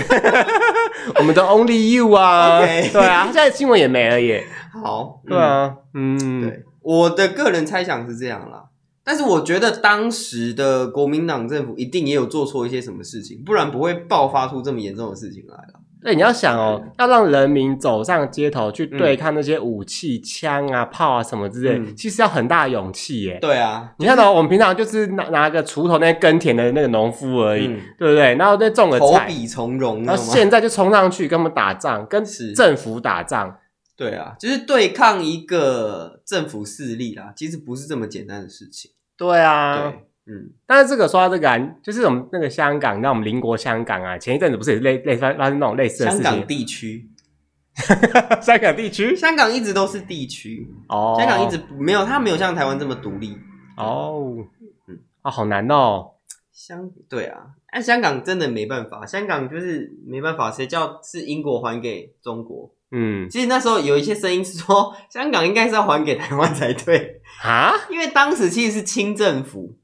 Speaker 2: 我们的 Only You 啊
Speaker 1: OK
Speaker 2: 对啊，现在新闻也没了耶，
Speaker 1: 好，嗯
Speaker 2: 对啊，嗯，
Speaker 1: 对，我的个人猜想是这样啦。但是我觉得当时的国民党政府一定也有做错一些什么事情，不然不会爆发出这么严重的事情来了。
Speaker 2: 对，你要想哦，要让人民走上街头去对抗那些武器、枪啊、炮啊什么之类，
Speaker 1: 嗯
Speaker 2: 其实要很大的勇气耶。
Speaker 1: 对啊，
Speaker 2: 你看到、我们平常就是拿拿个锄头那耕田的那个农夫而已，
Speaker 1: 嗯
Speaker 2: 对不对？然后再种个
Speaker 1: 投
Speaker 2: 菜，
Speaker 1: 笔从戎，你知
Speaker 2: 然
Speaker 1: 道
Speaker 2: 后
Speaker 1: 吗？
Speaker 2: 现在就冲上去跟他们打仗，跟
Speaker 1: 是
Speaker 2: 政府打仗。
Speaker 1: 对啊，就是对抗一个政府势力啦，其实不是这么简单的事情。
Speaker 2: 对
Speaker 1: 对
Speaker 2: 啊，，
Speaker 1: 嗯，
Speaker 2: 但是这个说到这个、啊，就是我们那个香港，那我们邻国香港啊，前一阵子不是也是类类发发生那种类似的
Speaker 1: 香
Speaker 2: 事情？
Speaker 1: 港地区，
Speaker 2: 香港地区
Speaker 1: 香港一直都是地区，
Speaker 2: 哦，
Speaker 1: 香港一直不没有，它没有像台湾这么独立。
Speaker 2: 哦，
Speaker 1: 嗯
Speaker 2: 啊，好难哦。
Speaker 1: 香对啊，但香港真的没办法，香港就是没办法，谁叫是英国还给中国？
Speaker 2: 嗯
Speaker 1: 其实那时候有一些声音是说，香港应该是要还给台湾才对，
Speaker 2: 啊，
Speaker 1: 因为当时其实是清政府，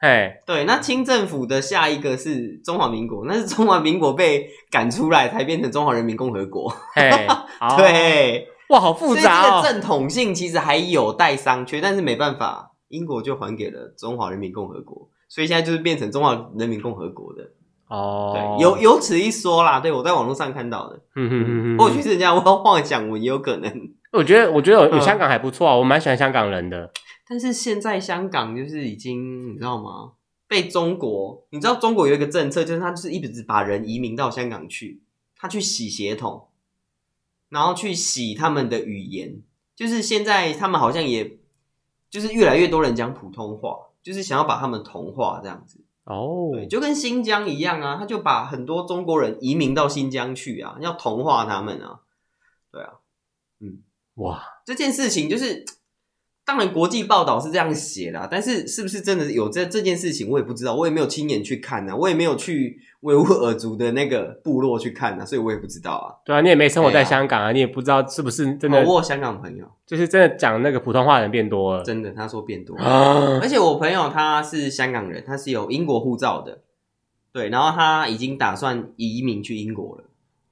Speaker 2: 嘿，
Speaker 1: 对，那清政府的下一个是中华民国，那是中华民国被赶出来才变成中华人民共和国。
Speaker 2: 嘿，哦，
Speaker 1: 对，
Speaker 2: 哇，好
Speaker 1: 所
Speaker 2: 复
Speaker 1: 以这
Speaker 2: 杂
Speaker 1: 个
Speaker 2: 哦。
Speaker 1: 正统性其实还有待商榷，但是没办法，英国就还给了中华人民共和国，所以现在就是变成中华人民共和国的。
Speaker 2: 哦，
Speaker 1: 对，有有此一说啦。对我在网络上看到的，
Speaker 2: 嗯，嗯嗯嗯，
Speaker 1: 或许是人家妄想文也有可能。
Speaker 2: 我觉得，我觉得有有
Speaker 1: 嗯
Speaker 2: 香港还不错啊，我蛮喜欢香港人的。
Speaker 1: 但是现在香港就是已经，你知道吗？被中国，你知道中国有一个政策，就是他就是一直把人移民到香港去，他去洗血统，然后去洗他们的语言。就是现在他们好像也，就是越来越多人讲普通话，就是想要把他们同化这样子。
Speaker 2: 哦，
Speaker 1: 对，就跟新疆一样啊，他就把很多中国人移民到新疆去啊，要同化他们啊。
Speaker 2: 哇，
Speaker 1: 这件事情就是，当然国际报道是这样写啦，但是是不是真的有这这件事情，我也不知道，我也没有亲眼去看啊，我也没有去维吾尔族的那个部落去看啊，所以我也不知道啊。
Speaker 2: 对啊，你也没生活
Speaker 1: 对
Speaker 2: 在
Speaker 1: 啊
Speaker 2: 香港啊，你也不知道是不是真
Speaker 1: 哦
Speaker 2: 的，
Speaker 1: 我有香港朋友，
Speaker 2: 就是真的讲那个普通话的人变多了
Speaker 1: 真的他说变多了，
Speaker 2: 啊
Speaker 1: 而且我朋友他是香港人，他是有英国护照的，对，然后他已经打算移民去英国了。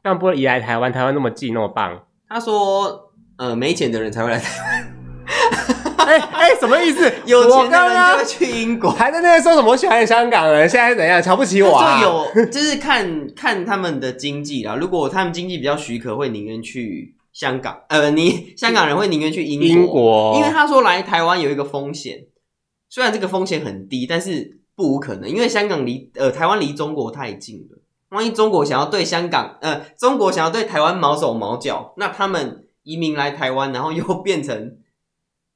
Speaker 2: 但不会移来台湾，台湾那么近那么 棒，
Speaker 1: 他说，呃，没钱的人才会来台湾，
Speaker 2: 哎哎，什么意 思？
Speaker 1: 有
Speaker 2: 我
Speaker 1: 钱的
Speaker 2: 刚
Speaker 1: 人就
Speaker 2: 刚
Speaker 1: 会去英国。
Speaker 2: 还在那边说什么我喜欢香港人，现在是怎样瞧不起我啊？
Speaker 1: 就有就是看看他们的经济啦。如果他们经济比较许可，会宁愿去香港，呃， 你香港人会宁愿去英国，
Speaker 2: 英国，
Speaker 1: 因为他说来台湾有一个风险，虽然这个风险很低，但是不无可能，因为香港离呃台湾离中国太近了。万一中国想要对香港，呃，中国想要对台湾毛手毛脚，那他们移民来台湾，然后又变成，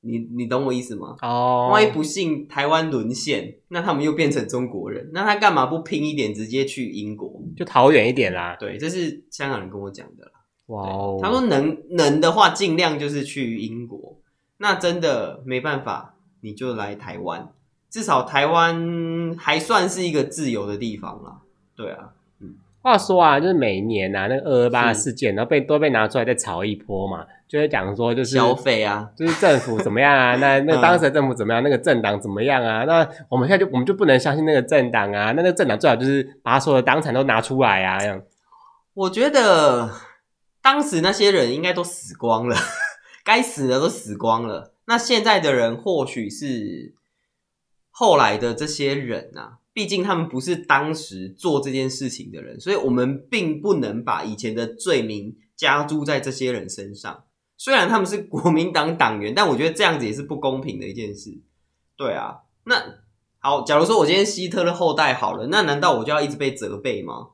Speaker 1: 你你懂我意思吗？
Speaker 2: 哦，
Speaker 1: 万一不幸台湾沦陷，那他们又变成中国人，那他干嘛不拼一点，直接去英国？
Speaker 2: 就逃远一点啦。
Speaker 1: 对，这是香港人跟我讲的啦。
Speaker 2: 哇
Speaker 1: 对
Speaker 2: 哦，
Speaker 1: 他说能能的话，尽量就是去英国。那真的没办法，你就来台湾，至少台湾还算是一个自由的地方啦。对啊，
Speaker 2: 话说啊，就是每年啊，那个二二八
Speaker 1: 是
Speaker 2: 事件，然后被都被拿出来再炒一波嘛，就会讲说就是
Speaker 1: 消费啊，
Speaker 2: 就是政府怎么样啊，那
Speaker 1: 嗯
Speaker 2: 那当时的政府怎么样，那个政党怎么样啊？那我们现在就我们就不能相信那个政党啊，那那个政党最好就是把他所有的党产都拿出来啊，这样
Speaker 1: 我觉得当时那些人应该都死光了，该死的都死光了。那现在的人或许是后来的这些人啊，毕竟他们不是当时做这件事情的人，所以我们并不能把以前的罪名加诸在这些人身上。虽然他们是国民党党员，但我觉得这样子也是不公平的一件事。对啊，那好，假如说我今天希特勒后代好了，那难道我就要一直被责备吗？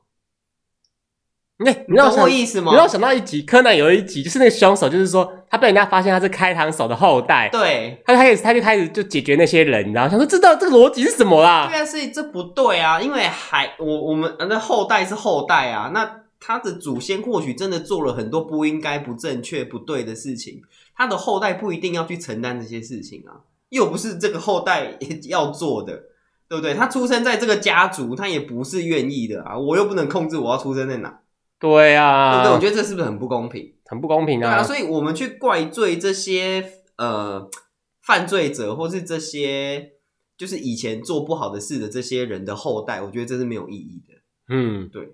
Speaker 2: 那哎你
Speaker 1: 你
Speaker 2: 让我
Speaker 1: 懂
Speaker 2: 想
Speaker 1: 我，意思吗？
Speaker 2: 你让我想到一集柯南有一集，就是那个凶手，就是说他被人家发现他是开膛手的后代，
Speaker 1: 对，
Speaker 2: 他就开始他就开始就解决那些人，然后想说知道这个逻辑是什么啦
Speaker 1: 对？啊，所以这不对啊，因为还我我们呃那后代是后代啊，那他的祖先或许真的做了很多不应该、不正确、不对的事情，他的后代不一定要去承担这些事情啊，又不是这个后代要做的，对不对？他出生在这个家族，他也不是愿意的啊，我又不能控制我要出生在哪，对
Speaker 2: 对
Speaker 1: 不对？
Speaker 2: 啊
Speaker 1: 我，觉得这是不是很不公平？
Speaker 2: 很不公平
Speaker 1: 对啊，所以我们去怪罪这些呃犯罪者，或是这些就是以前做不好的事的这些人的后代，我觉得这是没有意义的。
Speaker 2: 嗯，
Speaker 1: 对。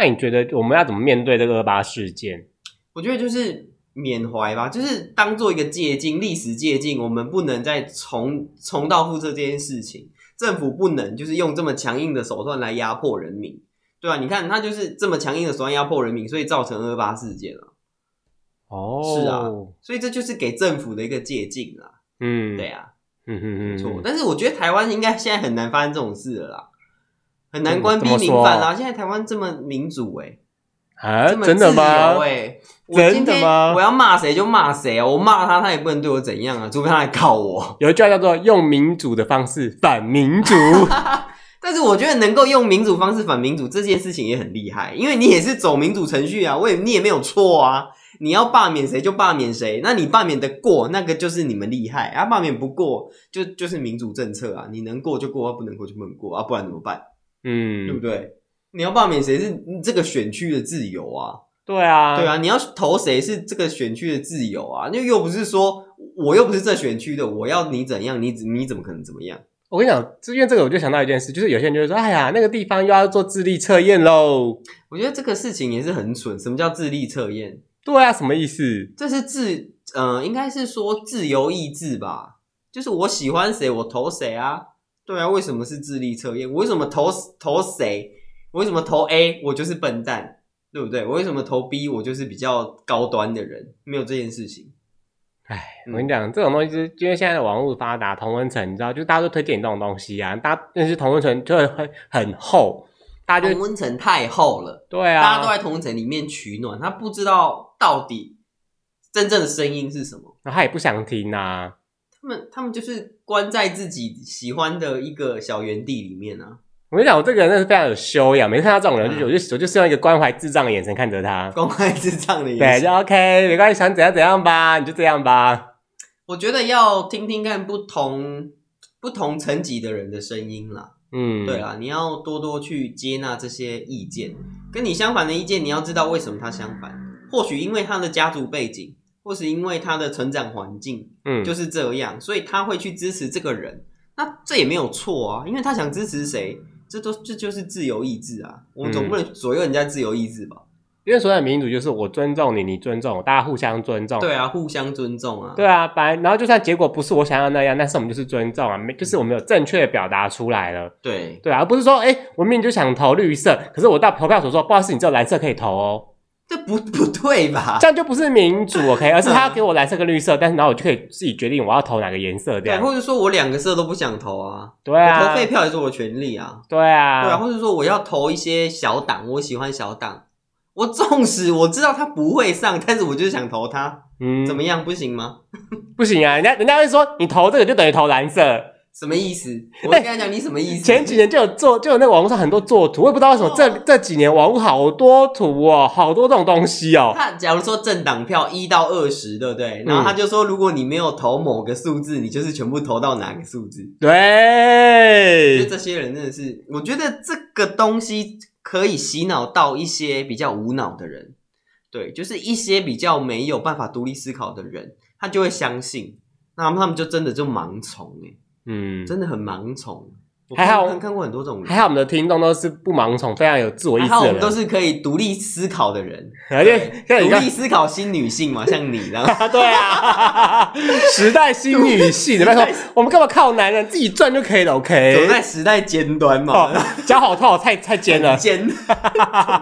Speaker 2: 那你觉得我们要怎么面对这个二八事件？
Speaker 1: 我觉得就是缅怀吧，就是当做一个借鉴，历史借鉴，我们不能再重重蹈覆辙这件事情。政府不能就是用这么强硬的手段来压迫人民，对啊，你看他就是这么强硬的手段压迫人民，所以造成二八事件啊。
Speaker 2: 哦，
Speaker 1: 是啊，所以这就是给政府的一个借鉴啦。
Speaker 2: 嗯，
Speaker 1: 对，啊，
Speaker 2: 嗯嗯嗯，
Speaker 1: 没错。
Speaker 2: 嗯
Speaker 1: 但是我觉得台湾应该现在很难发生这种事了啦，很难关闭
Speaker 2: 嗯怎么
Speaker 1: 民
Speaker 2: 说
Speaker 1: 反啦。现在台湾这么民主哎、
Speaker 2: 啊，
Speaker 1: 这么
Speaker 2: 真的
Speaker 1: 自
Speaker 2: 吗
Speaker 1: 由？欸我今
Speaker 2: 真的
Speaker 1: 天
Speaker 2: 吗
Speaker 1: 我要骂谁就骂谁啊，我骂他他也不能对我怎样啊，除非他来告我。
Speaker 2: 有一句话叫做“用民主的方式反 民主
Speaker 1: 但是我觉得能够用民主方式反民主这件事情也很厉害，因为你也是走民主程序啊，我也你也没有错啊。你要罢免谁就罢免谁，那你罢免的过，那个就是你们厉害啊；罢免不过，就就是民主政策啊。你能过就过，啊不能过就不能过啊，不然怎么办？”。对不
Speaker 2: 嗯，
Speaker 1: 对？你要罢免谁是这个选区的自由啊。
Speaker 2: 对啊，
Speaker 1: 对，啊，你要投谁是这个选区的自由啊？那又不是说我又不是这选区的，我要你怎样，你怎你怎么可能怎么样？
Speaker 2: 我跟你讲，就因为这个，我就想到一件事，就是有些人就会说：“哎呀，那个地方又要做智力测验喽。
Speaker 1: 我觉得这个事情也是很蠢。什么叫智力测验？”
Speaker 2: 对啊，什么意思？
Speaker 1: 这是自呃，应该是说自由意志吧，就是我喜欢谁，我投谁啊？对啊，为什么是智力测验？我为什么投投谁？我为什么投 A？我就是笨蛋，对不对？我为什么投 B？我就是比较高端的人，没有这件事情。
Speaker 2: 我跟你讲，这种东西就是因为现在的网络发达，同温层，你知道，就是大家都推荐你这种东西啊，大家那些同温层就会很很厚，大家
Speaker 1: 同
Speaker 2: 就
Speaker 1: 温层太厚了。
Speaker 2: 对啊，
Speaker 1: 大家都在同层里面取暖，他不知道到底真正的声音是什么。
Speaker 2: 然后他也不想听啊。
Speaker 1: 他们他们就是关在自己喜欢的一个小园地里面啊，
Speaker 2: 我跟你讲，我这个人真的是非常有修养，没看到这种人，就
Speaker 1: 嗯
Speaker 2: 我就我就是用一个关怀智障的眼神看着他，
Speaker 1: 关怀智障的
Speaker 2: 对，
Speaker 1: 眼
Speaker 2: 就
Speaker 1: 神。
Speaker 2: OK，没关系，想怎样怎样吧，你就这样吧。
Speaker 1: 我觉得要听听看不同不同层级的人的声音啦。
Speaker 2: 嗯，
Speaker 1: 对，啊啦，你要多多去接纳这些意见，跟你相反的意见，你要知道为什么他相反。或许因为他的家族背景，或是因为他的成长环境，
Speaker 2: 嗯，
Speaker 1: 就是是这样，所以他会去支持这个人，那这也没有错啊，因为他想支持谁，这都这就是自由意志啊，我们
Speaker 2: 嗯
Speaker 1: 总不能左右人家自由意志吧？
Speaker 2: 因为所谓的民主就是我尊重你，你尊重我，大家互相尊重。
Speaker 1: 对啊，互相尊重啊，
Speaker 2: 哦对啊，本来然后就算结果不是我想要那样，但是我们就是尊重啊，没就是我们有正确的表达出来了。
Speaker 1: 对
Speaker 2: 对啊，而不是说，哎、我明明就想投绿色，可是我到投票所说，不好意思，你只有蓝色可以投哦，
Speaker 1: 这不不对吧
Speaker 2: 这？样就不是民主，OK？而是 他给我蓝色跟绿色，但是然后我就可以自己决定我要投哪个颜色，这
Speaker 1: 对，
Speaker 2: 样
Speaker 1: 或者说我两个色都不想投啊，
Speaker 2: 对
Speaker 1: 我投
Speaker 2: 啊，
Speaker 1: 废票也是我的权利啊，
Speaker 2: 对啊，
Speaker 1: 对啊，或者说我要投一些小党，我喜欢小党，我纵使我知道他不会上，但是我就是想投他，
Speaker 2: 嗯，
Speaker 1: 怎么样不行吗？
Speaker 2: 不行啊？人家人家会说，你投这个就等于投蓝色。
Speaker 1: 什么意思？ 我跟他讲你什么意思？
Speaker 2: 前几年就有做，就有那个网络上很多做图，我也不知道为什么这
Speaker 1: 哦
Speaker 2: 这几年网络好多图哦，好多这种东西哦。
Speaker 1: 他假如说政党票一到二十，对不对？
Speaker 2: 嗯
Speaker 1: 然后他就说，如果你没有投某个数字，你就是全部投到哪个数字。就
Speaker 2: 对，
Speaker 1: 这些人真的是，我觉得这个东西可以洗脑到一些比较无脑的人，对，就是一些比较没有办法独立思考的人，他就会相信，那他们就真的就盲从哎、
Speaker 2: 嗯，
Speaker 1: 真的很盲从。我
Speaker 2: 还好
Speaker 1: 看看过很多这种人，
Speaker 2: 还好我们的听众都是不盲从，非常有自我意
Speaker 1: 还
Speaker 2: 识
Speaker 1: 好我
Speaker 2: 的
Speaker 1: 们都
Speaker 2: 人，
Speaker 1: 是可以独立思考的人，
Speaker 2: 而且像你
Speaker 1: 独
Speaker 2: 看
Speaker 1: 立，思考新女性嘛，像你这样。
Speaker 2: 啊对啊， 时代新女性，你别说我们干嘛靠男人，自己赚就可以了
Speaker 1: 走
Speaker 2: ，OK？
Speaker 1: 在时代尖端嘛
Speaker 2: 欸哦，，脚好痛，太太尖 了，
Speaker 1: 尖， 走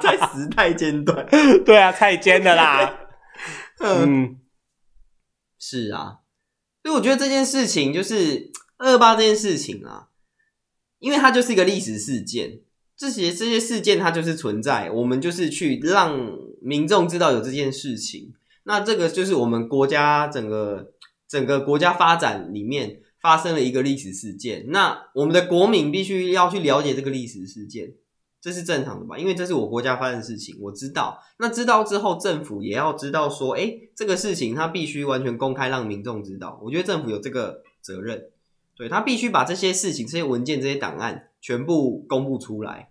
Speaker 1: 在时代尖端。
Speaker 2: 对啊，太尖了啦，
Speaker 1: 嗯，
Speaker 2: 嗯，
Speaker 1: 是啊，所以我觉得这件事情就是二八这件事情啊，因为它就是一个历史事件，这些这些事件它就是存在，我们就是去让民众知道有这件事情。那这个就是我们国家整个整个国家发展里面发生了一个历史事件，那我们的国民必须要去了解这个历史事件，这是正常的吧？因为这是我国家发生的事情，我知道。那知道之后，政府也要知道说，哎、这个事情它必须完全公开，让民众知道。我觉得政府有这个责任，对他必须把这些事情、这些文件、这些档案全部公布出来。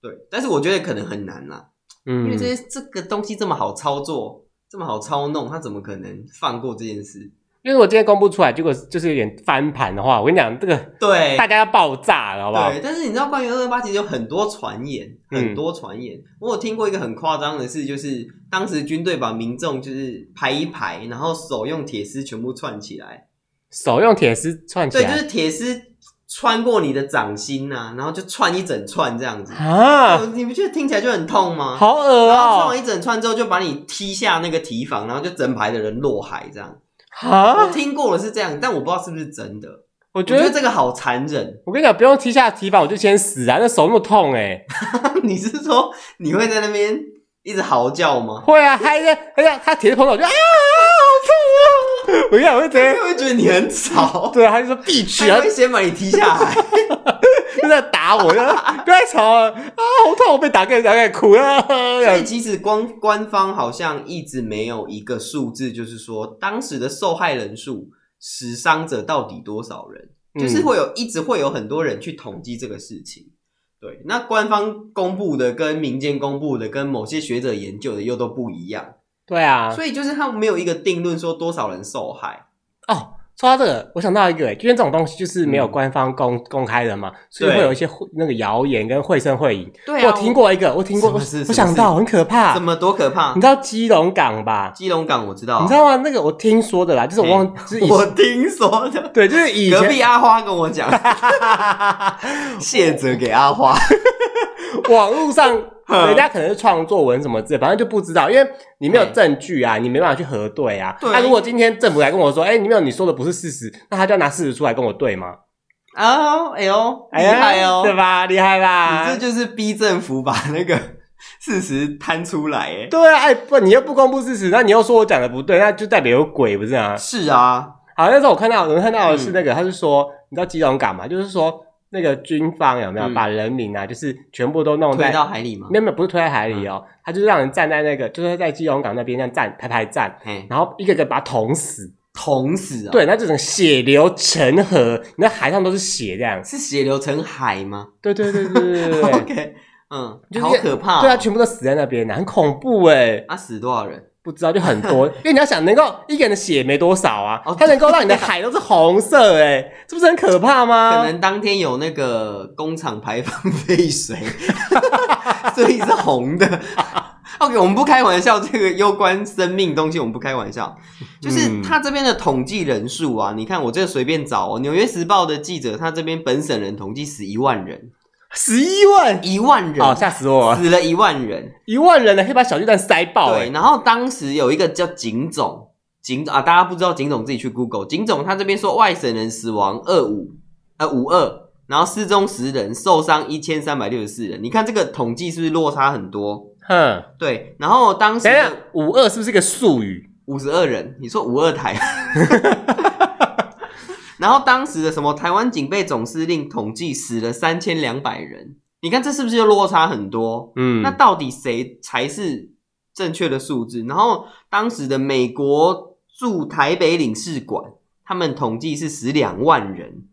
Speaker 1: 对，但是我觉得可能很难啦，因为
Speaker 2: 嗯，
Speaker 1: 这些这个东西这么好操作，这么好操弄，他怎么可能放过这件事？
Speaker 2: 因为我今天公布出来，结果就是有点翻盘的话，我跟你讲，这个
Speaker 1: 对，
Speaker 2: 大家要爆炸了，好不好
Speaker 1: 对，？但是你知道关于二二八其实有很多传言，
Speaker 2: 嗯
Speaker 1: 很多传言。我有听过一个很夸张的事，就是当时军队把民众就是排一排，然后手用铁丝全部串起来，
Speaker 2: 手用铁丝串起
Speaker 1: 对，就
Speaker 2: 来，
Speaker 1: 是铁丝穿过你的掌心呐、然后就串一整串这样子。
Speaker 2: 啊，
Speaker 1: 你不觉得听起来就很痛吗？
Speaker 2: 好恶
Speaker 1: 然后串完
Speaker 2: 哦、
Speaker 1: 一整串之后，就把你踢下那个提防，然后就整排的人落海这样。我
Speaker 2: 啊，
Speaker 1: 听过了是这样，但我不知道是不是真的。
Speaker 2: 我
Speaker 1: 我
Speaker 2: 觉
Speaker 1: 觉得
Speaker 2: 得
Speaker 1: 这个好残忍。
Speaker 2: 我跟你讲，不用踢下提防，我就先死啊！那手那么痛哎、
Speaker 1: 你是说你会在那边一直嚎叫吗？
Speaker 2: 会啊，他一在，他在他铁着碰到我就啊，好痛啊！我跟你讲，我就直
Speaker 1: 会
Speaker 2: 接
Speaker 1: 不会觉得你很吵？
Speaker 2: 对，啊他就说闭嘴，
Speaker 1: 他
Speaker 2: 然
Speaker 1: 会
Speaker 2: 后
Speaker 1: 先把你踢下 来。
Speaker 2: 就在打我，就说不要再吵了啊，好痛！我被打，更打更哭啊！这
Speaker 1: 所以
Speaker 2: 样
Speaker 1: 其实官官方好像一直没有一个数字，就是说当时的受害人数、死伤者到底多少人，就是
Speaker 2: 嗯
Speaker 1: 会有一直会有很多人去统计这个事情。对，那官方公布的跟民间公布的跟某些学者研究的又都不一样，
Speaker 2: 对啊。
Speaker 1: 所以就是他们没有一个定论说多少人受害。
Speaker 2: 哦，说到这个，我想到一个，欸就因为这种东西就是没有
Speaker 1: 嗯
Speaker 2: 官方公、公开的嘛，所以
Speaker 1: 对
Speaker 2: 会有一些会那个谣言跟绘声绘影。
Speaker 1: 对啊，
Speaker 2: 我听过一个，我听过，
Speaker 1: 什
Speaker 2: 我
Speaker 1: 么事什
Speaker 2: 我
Speaker 1: 么
Speaker 2: 想
Speaker 1: 事
Speaker 2: 到很可怕
Speaker 1: 怎。么多可怕
Speaker 2: 你？知道基隆港吧？
Speaker 1: 基隆港我知道，
Speaker 2: 你知道吗？那个我听说的啦，就是我忘，就是以
Speaker 1: 我听说的，
Speaker 2: 对，就是以
Speaker 1: 隔
Speaker 2: 前
Speaker 1: 壁阿花跟我 讲，谢责给阿花。
Speaker 2: 网络上
Speaker 1: 嗯
Speaker 2: 人家可能是创作文什么字，反正就不知道，因为你没有
Speaker 1: 对
Speaker 2: 证据啊，你没办法去核对啊。
Speaker 1: 嗯对
Speaker 2: 那如果今天政府来跟我说，哎，你没有你说的不是事实，那他就要拿事实出来跟我对吗？
Speaker 1: 哦，哎呦，
Speaker 2: 哎
Speaker 1: 厉
Speaker 2: 呀
Speaker 1: 害哦！
Speaker 2: 对吧？厉害吧？
Speaker 1: 你这就是逼政府把那个 事实摊出来，哎，
Speaker 2: 对啊，哎，不，你又不公布事实，那你又说我讲的不对，那就代表有鬼，不是啊？
Speaker 1: 是啊，
Speaker 2: 好，那时候我看到，我看到的是
Speaker 1: 嗯
Speaker 2: 那个，他是说，你知道基隆港嘛？就是说那个军方有没有
Speaker 1: 嗯
Speaker 2: 把人民啊，就是全部都弄
Speaker 1: 推
Speaker 2: 在
Speaker 1: 到嗯海里吗？
Speaker 2: 没有没有不是推在海里哦，他就是让人站在那个，就是在基隆港那边这样站排排站，
Speaker 1: 嘿，
Speaker 2: 然后一个个把他捅死，
Speaker 1: 捅死啊！，
Speaker 2: 对，那这种血流成河，那海上都是血这样，
Speaker 1: 是血流成海吗
Speaker 2: 对对对对对对对。
Speaker 1: ？OK，嗯
Speaker 2: 就，是
Speaker 1: 好可怕哦。
Speaker 2: 对啊，全部都死在那边啊，很恐怖哎、
Speaker 1: 啊，死多少人？
Speaker 2: 不知道就 很多，因为你要想，能够一个人的血没多少啊
Speaker 1: 哦，
Speaker 2: 它能够让你的海都是红色、哎， 这不是很可怕吗？
Speaker 1: 可能当天有那个工厂排放废水， 所以是红的。OK，我们不开玩笑，这个攸关生命东西，我们不开玩笑。就是
Speaker 2: 嗯
Speaker 1: 他这边的统计人数啊，你看我这随便找、哦，《纽约时报》的记者，他这边本省人统计死一万人，
Speaker 2: 十一万，
Speaker 1: 一万人，
Speaker 2: 哦，吓死我了，
Speaker 1: 死了一万人。
Speaker 2: 一万人呢，可以把小巨蛋塞爆、
Speaker 1: 对，
Speaker 2: 哎，
Speaker 1: 然后当时有一个叫警总，警啊，大家不知道警总自己去 Google，警总他这边说外省人死亡二五呃五二，然后失踪十人，受伤一千三百六十四人。你看这个统计是不是落差很多？
Speaker 2: 哼，
Speaker 1: 对，然后当时
Speaker 2: 等一下，五二是不是一个术语？
Speaker 1: 五十二人，你说五二台。 然后当时的什么台湾警备总司令统计死了三千两百人，你看这是不是就落差很多？
Speaker 2: 嗯，
Speaker 1: 那到底谁才是正确的数字？然后当时的美国驻台北领事馆，他们统计是十两万人，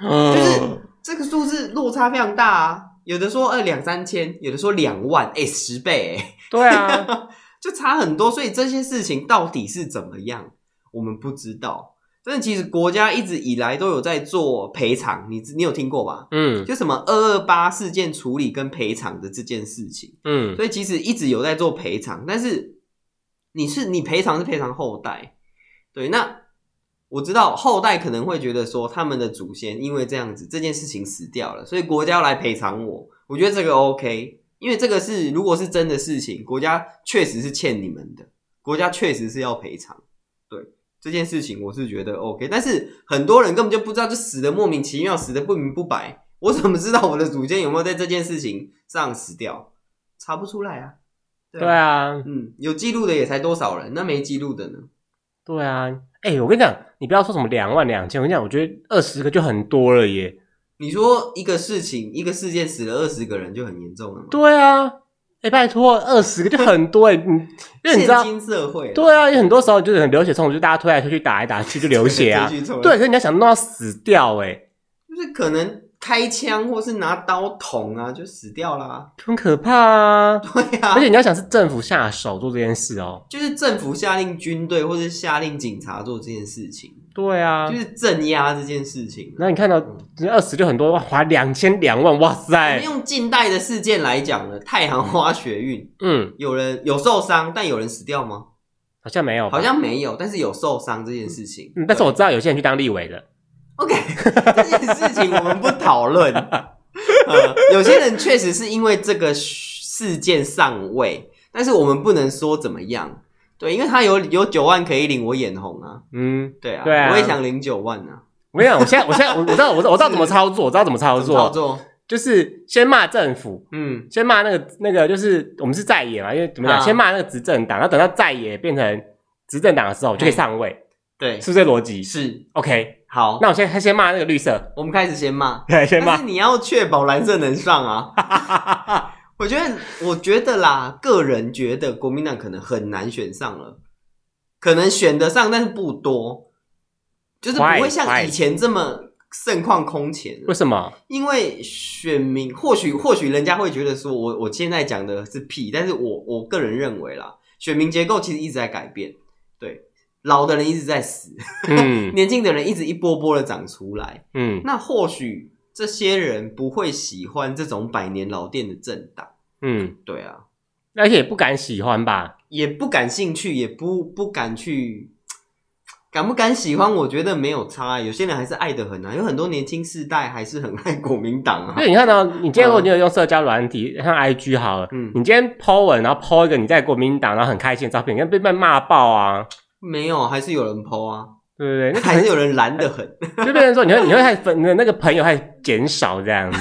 Speaker 2: 嗯
Speaker 1: 就是这个数字落差非常大啊。有的说呃两三千，有的说两万，哎、十倍、哎
Speaker 2: 对啊，
Speaker 1: 就差很多。所以这些事情到底是怎么样，我们不知道。但是其实国家一直以来都有在做赔偿，你你有听过吧？
Speaker 2: 嗯
Speaker 1: 就什么二二八事件处理跟赔偿的这件事情。
Speaker 2: 嗯，
Speaker 1: 所以其实一直有在做赔偿，但是你是你赔偿是赔偿后代，对，那我知道后代可能会觉得说他们的祖先因为这样子这件事情死掉了，所以国家要来赔偿我，我觉得这个 OK，因为这个是如果是真的事情，国家确实是欠你们的，国家确实是要赔偿，对。这件事情我是觉得 OK，但是很多人根本就不知道，就死的莫名其妙，死的不明不白。我怎么知道我的祖先有没有在这件事情上死掉？查不出来啊。
Speaker 2: 对，啊，
Speaker 1: 嗯，有记录的也才多少人，那没记录的呢？
Speaker 2: 对啊，哎、我跟你讲，你不要说什么两万两千，我跟你讲，我觉得二十个就很多了耶。
Speaker 1: 你说一个事情、一个事件死了二十个人就很严重了吗？
Speaker 2: 对啊，哎、拜托，二十个就很多哎，嗯，因为你知道
Speaker 1: 现，今社会啊，
Speaker 2: 对啊，因为很多时候就是很流血冲突，就大家推来推去，打来打去就流血 啊。
Speaker 1: 对，
Speaker 2: 对，可是你要想弄到死掉哎、
Speaker 1: 就是可能开枪或是拿刀捅啊，就死掉啦、
Speaker 2: 很可怕啊。
Speaker 1: 对啊，
Speaker 2: 而且你要想是政府下手做这件事哦。
Speaker 1: 就是政府下令军队或是下令警察做这件事情，
Speaker 2: 对啊
Speaker 1: 就，是镇压这件事情。啊
Speaker 2: 那你看到二十就很多，哇，花两千两万，哇
Speaker 1: 我
Speaker 2: 塞
Speaker 1: 们，用近代的事件来讲呢，太行花学运
Speaker 2: 嗯，
Speaker 1: 有人有受伤，但有人死掉吗？
Speaker 2: 好像没有吧，嗯
Speaker 1: 好像没有，但是有受伤这件事情。
Speaker 2: 嗯，但是我知道有些人去当立委了。
Speaker 1: 对 OK，这件事情我们不讨论。呃，有些人确实是因为这个事件上位，但是我们不能说怎么样。对，因为他有有九万可以领，我眼红啊。
Speaker 2: 嗯，
Speaker 1: 对啊，
Speaker 2: 对啊
Speaker 1: 我也想领九万啊。
Speaker 2: 我跟你讲，我现在我现在我我知道我知道我知道怎么操作，我知道怎么操
Speaker 1: 怎么操
Speaker 2: 作，
Speaker 1: 作，
Speaker 2: 就是先骂政府，
Speaker 1: 嗯，
Speaker 2: 先骂那个那个，就是我们是在野嘛，因为怎么讲，
Speaker 1: 啊
Speaker 2: 先骂那个执政党，然后等到在野变成执政党的时候，我就可以上位，
Speaker 1: 对，
Speaker 2: 是不是这逻辑
Speaker 1: 是
Speaker 2: ？OK，
Speaker 1: 好。
Speaker 2: 那我现在先骂那个绿色，
Speaker 1: 我们开始先骂，
Speaker 2: 对， 先
Speaker 1: 但
Speaker 2: 骂
Speaker 1: 是你要确保蓝色能上 啊。我觉得，我觉得啦，个人觉得国民党可能很难选上了，可能选得上，但是不多，就是不
Speaker 2: Why？
Speaker 1: 会像
Speaker 2: Why？
Speaker 1: 以前这么盛况空前了
Speaker 2: 为什么？
Speaker 1: 因为选民或许或许人家会觉得说我我现在讲的是屁，但是我我个人认为啦，选民结构其实一直在改变，对，老的人一直在死，
Speaker 2: 嗯
Speaker 1: 年轻的人一直一波波的长出来，
Speaker 2: 嗯
Speaker 1: 那或许这些人不会喜欢这种百年老店的政党，
Speaker 2: 嗯，
Speaker 1: 对啊，
Speaker 2: 而且也不敢喜欢吧？
Speaker 1: 也不感兴趣，也不不敢去，敢不敢喜欢？我觉得没有差，啊有些人还是爱的很啊，有很多年轻世代还是很爱国民党啊
Speaker 2: 所。以你看到，你今天如果你有用社交软体，像 IG 好了，
Speaker 1: 嗯
Speaker 2: 你今天 po 文，然后 po 一个你在国民党，然后很开心的照片，你看被被骂爆啊，
Speaker 1: 没有，还是有人剖啊，
Speaker 2: 对不对？那可
Speaker 1: 还
Speaker 2: 能
Speaker 1: 是有人蓝的很。
Speaker 2: 就变成说，你会你会开始粉你的那个朋友开始减少这样子，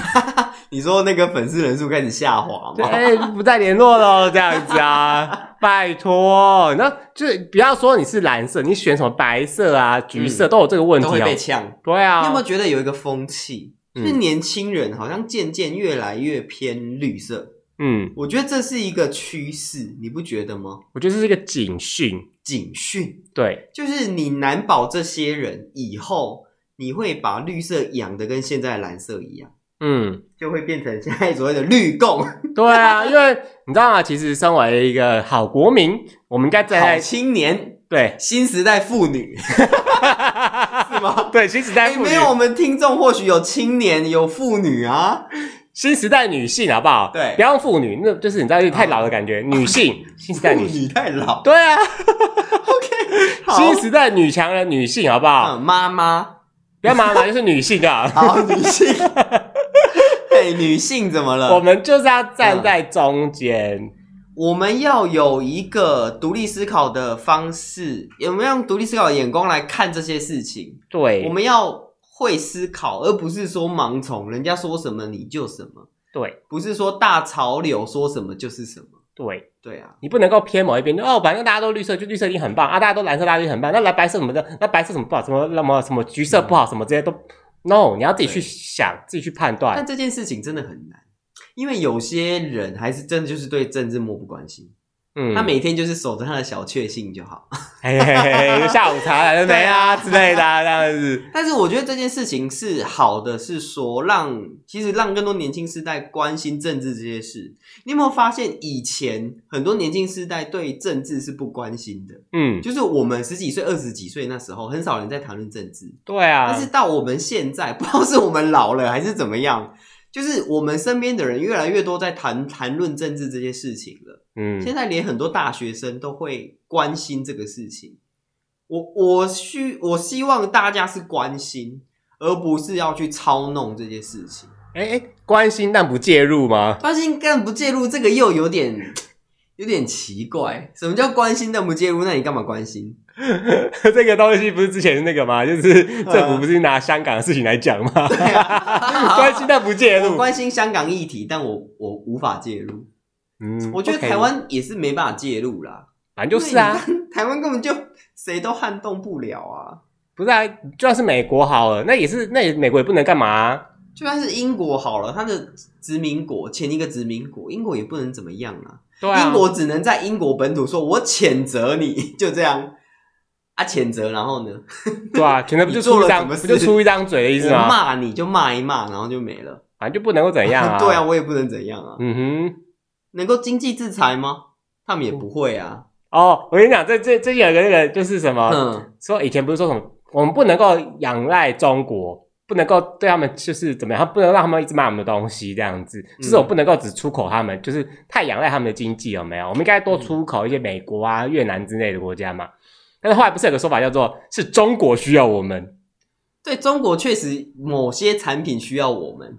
Speaker 1: 你说那个粉丝人数开始下滑
Speaker 2: 就
Speaker 1: 吗？
Speaker 2: 哎、不再联络喽这样子啊，拜托，那就是不要说你是蓝色，你选什么白色啊、橘色、都有这个问
Speaker 1: 嗯都
Speaker 2: 题
Speaker 1: 会
Speaker 2: 哦、
Speaker 1: 被呛。
Speaker 2: 对
Speaker 1: 你有没有
Speaker 2: 啊，
Speaker 1: 觉得有一个风气，就是
Speaker 2: 嗯
Speaker 1: 年轻人好像渐渐越来越偏绿色？
Speaker 2: 嗯，
Speaker 1: 我觉得这是一个趋势，你不觉得吗？
Speaker 2: 我觉得这是一个警讯，
Speaker 1: 警讯
Speaker 2: 对，
Speaker 1: 就是你难保这些人以后你会把绿色养的跟现在的蓝色一样，
Speaker 2: 嗯。
Speaker 1: 就会变成现在所谓的绿共
Speaker 2: 对啊，因为你知道吗？其实身为一个好国民，我们应该
Speaker 1: 好
Speaker 2: 在
Speaker 1: 青年、
Speaker 2: 对
Speaker 1: 新时代妇女， 是吗？
Speaker 2: 对新时代
Speaker 1: 哎，
Speaker 2: 妇女、
Speaker 1: 没有，我们听众或许有青年有妇女啊，
Speaker 2: 新时代女性，好不好？
Speaker 1: 对嗯
Speaker 2: 不要用妇女，那就是你知道，就是太老的感觉。女性，新时代
Speaker 1: 妇
Speaker 2: 女性，
Speaker 1: 女太老。
Speaker 2: 对啊，
Speaker 1: OK，好，
Speaker 2: 新时代女强人，女性，好不好？
Speaker 1: 嗯妈妈，
Speaker 2: 不要妈妈，就是女性啊。
Speaker 1: 好女性， 哎，女性怎么了？
Speaker 2: 我们就是要站在中间，
Speaker 1: 嗯我们要有一个独立思考的方式，有没有用独立思考的眼光来看这些事情？
Speaker 2: 对，
Speaker 1: 我们要会思考，而不是说盲从，人家说什么你就什么，
Speaker 2: 对
Speaker 1: 不是说大潮流说什么就是什么。
Speaker 2: 对，
Speaker 1: 对啊，
Speaker 2: 你不能够偏某一边，就哦，反正大家都绿色，就绿色一定很棒啊，大家都蓝色，大家就很棒。那蓝白色什么的，那白色什么不好，什么那么什么橘色不好，什么这些都 no，你要自己
Speaker 1: 对
Speaker 2: 去想，自己去判断
Speaker 1: 嗯但。这件事情真的很难，因为有些人还是真的就是对政治漠不关心，
Speaker 2: 嗯，
Speaker 1: 他每天就是守着他的小确幸就好。
Speaker 2: 嘿嘿嘿嘿下午茶 来了没啊之类的啊，这样子。
Speaker 1: 但是我觉得这件事情是好的，是说让其实让更多年轻世代关心政治这些事。你有没有发现，以前很多年轻世代对政治是不关心的？
Speaker 2: 嗯，
Speaker 1: 就是我们十几岁、二十几岁那时候，很少人在谈论政治。
Speaker 2: 对啊
Speaker 1: 但，是到我们现在， 不知道是我们老了还是怎么样，就是我们身边的人越来越多在谈谈论政治这些事情了。现
Speaker 2: 嗯，
Speaker 1: 在连很多大学生都会关心这个事情。我我需我希望大家是关心，而不是要去操弄这些事情。
Speaker 2: 哎哎，关心但不介入吗？
Speaker 1: 关心但不介入，这个又有点有点奇怪。什么叫关心但不介入？那你干嘛关心？
Speaker 2: 这个东西不是之前那个吗？
Speaker 1: 嗯
Speaker 2: 就是政府不是拿香港的事情来讲吗？ 关心但不介
Speaker 1: 啊我
Speaker 2: 入。
Speaker 1: 关心香港议题，但我我无法介入。
Speaker 2: 嗯
Speaker 1: 我觉得
Speaker 2: OK
Speaker 1: 台湾也是没办法介入啦，
Speaker 2: 反正就是啊，
Speaker 1: 因为你看台湾根本就谁都撼动不了啊。
Speaker 2: 不是啊，就算是美国好了，那也是那也美国也不能干嘛啊、
Speaker 1: 就算是英国好了，它的殖民国前一个殖民国，英国也不能怎么样啊。
Speaker 2: 对啊，
Speaker 1: 英国只能在英国本土说“我谴责你”， 就这样啊，谴责，然后呢，
Speaker 2: 对啊，全都不就
Speaker 1: 你做
Speaker 2: 出
Speaker 1: 了
Speaker 2: 一张
Speaker 1: 什么
Speaker 2: 不
Speaker 1: 事
Speaker 2: 就出一张嘴的意
Speaker 1: 我
Speaker 2: 思吗？
Speaker 1: 骂你就骂一骂，然后就没了。
Speaker 2: 反正就不能够怎样 啊。
Speaker 1: 对啊，，我也不能怎样啊。
Speaker 2: 嗯哼。
Speaker 1: 能够经济制裁吗？他们也不会啊。
Speaker 2: 哦，我跟你讲，这这这有一个那个就是什么，
Speaker 1: 嗯，
Speaker 2: 说以前不是说什么，我们不能够仰赖中国，不能够对他们就是怎么样，不能让他们一直买我们的东西这样子，
Speaker 1: 嗯
Speaker 2: 就是我们不能够只出口他们，就是太仰赖他们的经济有没有？我们应该多出口一些美国啊、越南之类的国家嘛。但是后来不是有个说法叫做是中国需要我们，
Speaker 1: 对中国确实某些产品需要我们，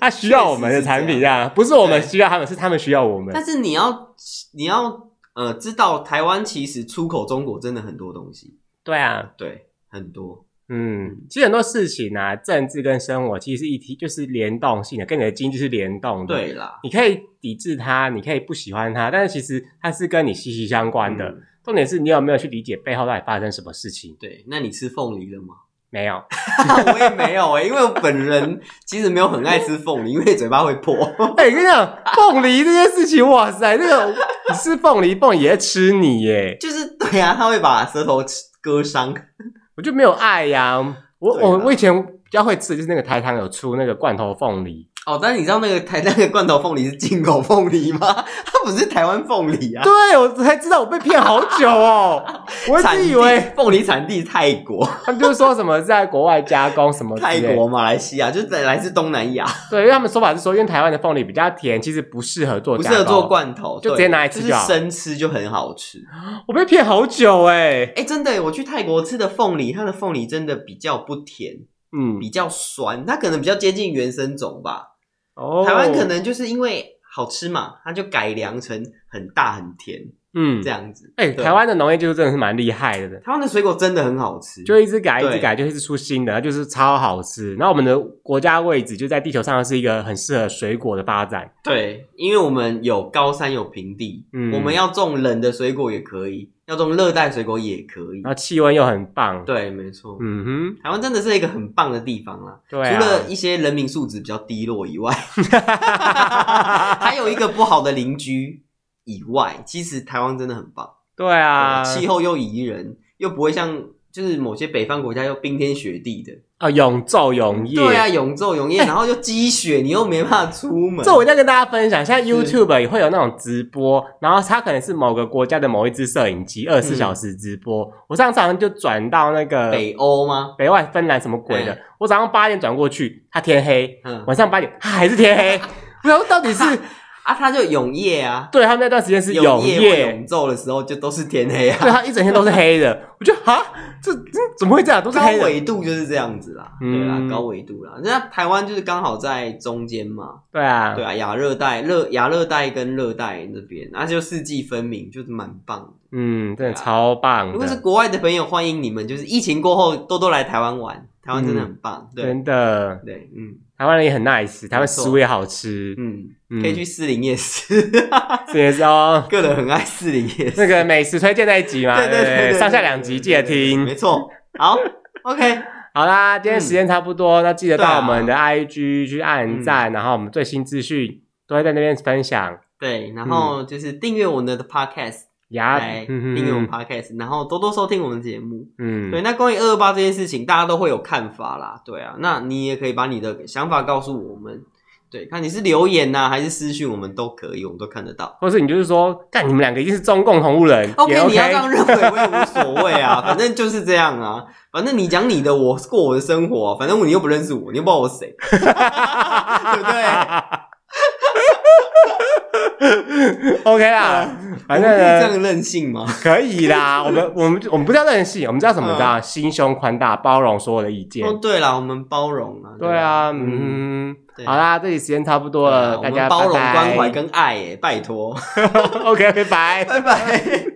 Speaker 2: 他需要我们的产品啊，不是我们需要他们，是他们需要我们
Speaker 1: 但。是你要你要呃知道，台湾其实出口中国真的很多东西，
Speaker 2: 对啊，
Speaker 1: 对，很多，
Speaker 2: 嗯，其实很多事情啊，政治跟生活其实是一体，就是联动性的，跟你的经济是联动的。
Speaker 1: 对，啦，
Speaker 2: 你可以抵制它，你可以不喜欢它，但是其实它是跟你息息相关
Speaker 1: 嗯
Speaker 2: 的。重点是你有没有去理解背后到底发生什么事情？
Speaker 1: 对，那你吃凤梨了 吗？
Speaker 2: 没有，
Speaker 1: 我也没有哎、因为我本人其实没有很爱吃凤梨，因为嘴巴会破。
Speaker 2: 哎、跟你讲，凤梨这件事情，哇塞，那个你吃凤梨，凤梨也在吃你耶，
Speaker 1: 就是 对啊，他会把舌头吃割伤。
Speaker 2: 我就没有爱呀、我
Speaker 1: 对啊
Speaker 2: 我我以前比较会吃的就是那个台糖有出那个罐头凤梨，
Speaker 1: 哦，但是你知道那个台那个罐头凤梨是进口凤梨吗？ 它不是台湾凤梨啊，
Speaker 2: 对我才知道我被骗好久哦，我一
Speaker 1: 产
Speaker 2: 直
Speaker 1: 地
Speaker 2: 以为
Speaker 1: 凤梨产地泰国、
Speaker 2: 他们就是说什么在国外加工什么之类
Speaker 1: 泰国、马来西亚，就是在来自东南亚，
Speaker 2: 对，因为他们说法是说，因为台湾的凤梨比较甜，其实不适合做
Speaker 1: 不
Speaker 2: 加
Speaker 1: 适
Speaker 2: 工
Speaker 1: 合做。罐头，
Speaker 2: 就
Speaker 1: 对
Speaker 2: 直接拿来吃
Speaker 1: 就
Speaker 2: 就是好
Speaker 1: 生吃就很好吃。
Speaker 2: 我被骗好久哎，
Speaker 1: 哎、真的耶，我去泰国吃的凤梨，它的凤梨真的比较不甜，
Speaker 2: 嗯，
Speaker 1: 比较酸，它可能比较接近原生种吧。
Speaker 2: 哦
Speaker 1: 台湾可能就是因为好吃嘛，它就改良成很大很甜
Speaker 2: 嗯
Speaker 1: 这，样子。
Speaker 2: 哎、
Speaker 1: 对
Speaker 2: 台湾的农业技术真的是蛮厉害的。
Speaker 1: 台湾的水果真的很好吃，
Speaker 2: 就一直改，一
Speaker 1: 对
Speaker 2: 直改，就一直出新的，它就是超好吃。然后我们的国家位置就在地球上，是一个很适合水果的发展。
Speaker 1: 对，因为我们有高山有平地，
Speaker 2: 嗯
Speaker 1: 我们要种冷的水果也可以，要种热带水果也可以
Speaker 2: 然。后气温又很棒。，
Speaker 1: 对，没错，
Speaker 2: 啊嗯
Speaker 1: 台湾真的是一个很棒的地方啦。
Speaker 2: 哼，对、啊。
Speaker 1: 除了一些人民素质比较低落 以外，还有一个不好的邻居以外，其实台湾真的很棒。
Speaker 2: 对啊，
Speaker 1: 对气候又宜人，又不会像就是某些北方国家又冰天雪地的。
Speaker 2: 啊，永昼永夜。
Speaker 1: 对啊，永昼永夜，然后又积雪，你又没办法出门。
Speaker 2: 哎这我一定要跟大家分享，现在 YouTube 也会有那种直播，然后它可能是某个国家的某一支摄影机，二十四小时直播。我上次好像就转到那个
Speaker 1: 嗯北欧吗？
Speaker 2: 北外芬兰什么鬼
Speaker 1: 哎
Speaker 2: 的，我早上八点转过去，它天黑，
Speaker 1: 嗯
Speaker 2: 晚上八点它还是 天黑，我想说到底是
Speaker 1: 啊，它就永夜啊，
Speaker 2: 对他们那段时间是
Speaker 1: 永
Speaker 2: 永
Speaker 1: 夜或永昼的时候就都是天黑
Speaker 2: 对
Speaker 1: 啊，
Speaker 2: 它一整天都是黑的。 我觉得啊，这这怎么会这样？都是
Speaker 1: 高
Speaker 2: 黑的。
Speaker 1: 纬度就是这样子啦，
Speaker 2: 嗯
Speaker 1: 对啦，高纬度啦。那台湾就是刚好在中间嘛，
Speaker 2: 对啊，
Speaker 1: 对啊，亚热带、热亚热带跟热带那边，那就四季分明，就是蛮棒的。
Speaker 2: 嗯，真的
Speaker 1: 对啊
Speaker 2: 超棒
Speaker 1: 如果是
Speaker 2: 的，
Speaker 1: 国外的朋友，欢迎你们，就是疫情过后多多来台湾玩，台湾真的很棒，对
Speaker 2: 真的，
Speaker 1: 对，嗯
Speaker 2: 台湾人也很 nice，台湾
Speaker 1: 错
Speaker 2: 食物也好吃，
Speaker 1: 嗯，
Speaker 2: 嗯
Speaker 1: 可以去士林夜市，
Speaker 2: 这也是哦。
Speaker 1: 个人很爱士林夜市，
Speaker 2: 那个美食推荐那一集嘛，
Speaker 1: 对对对对对，
Speaker 2: 哎上下两集记得
Speaker 1: 没
Speaker 2: 听。
Speaker 1: 错，好，OK，
Speaker 2: 好啦，今天时间差不多，那记得
Speaker 1: 嗯对啊嗯
Speaker 2: 到我们的 IG 去按赞，然后我们最新资讯都会在那边分享。
Speaker 1: 对，然后就是订阅我们的 Podcast。
Speaker 2: 呀，
Speaker 1: 来
Speaker 2: 嗯
Speaker 1: 订阅我们 podcast，然后多多收听我们的节目。
Speaker 2: 嗯，
Speaker 1: 对，那关于二二八这件事情，大家都会有看法啦，对啊，那你也可以把你的想法告诉我们，对，看你是留言呐、还是私讯，我们都可以，我们都看得到。
Speaker 2: 或是你就是说，干你们两个一定是中共同路人也
Speaker 1: OK，你要这
Speaker 2: OK，
Speaker 1: 样认为我也无所谓 啊，反正就是这样啊，反正你讲你的，我过我的生活、啊反正你又不认识我，你又不知道我是 谁，对不对？
Speaker 2: OK 啦，反正
Speaker 1: 啊我们可以这
Speaker 2: 呢
Speaker 1: 样任性吗？
Speaker 2: 可以 啦。我们我们我们不叫任性，我们叫什么？你知道，心胸宽大，包容所有的意见
Speaker 1: 嗯哦，。对啦，我们包容啊，
Speaker 2: 对
Speaker 1: 吧，
Speaker 2: 啊，嗯，
Speaker 1: 对啊
Speaker 2: 好啦，这里时间差不多
Speaker 1: 对啊
Speaker 2: 了，
Speaker 1: 我
Speaker 2: 大
Speaker 1: 们
Speaker 2: 家
Speaker 1: 包容、
Speaker 2: 拜拜
Speaker 1: 关怀跟爱、耶，拜托，
Speaker 2: OK，拜拜。
Speaker 1: 拜拜。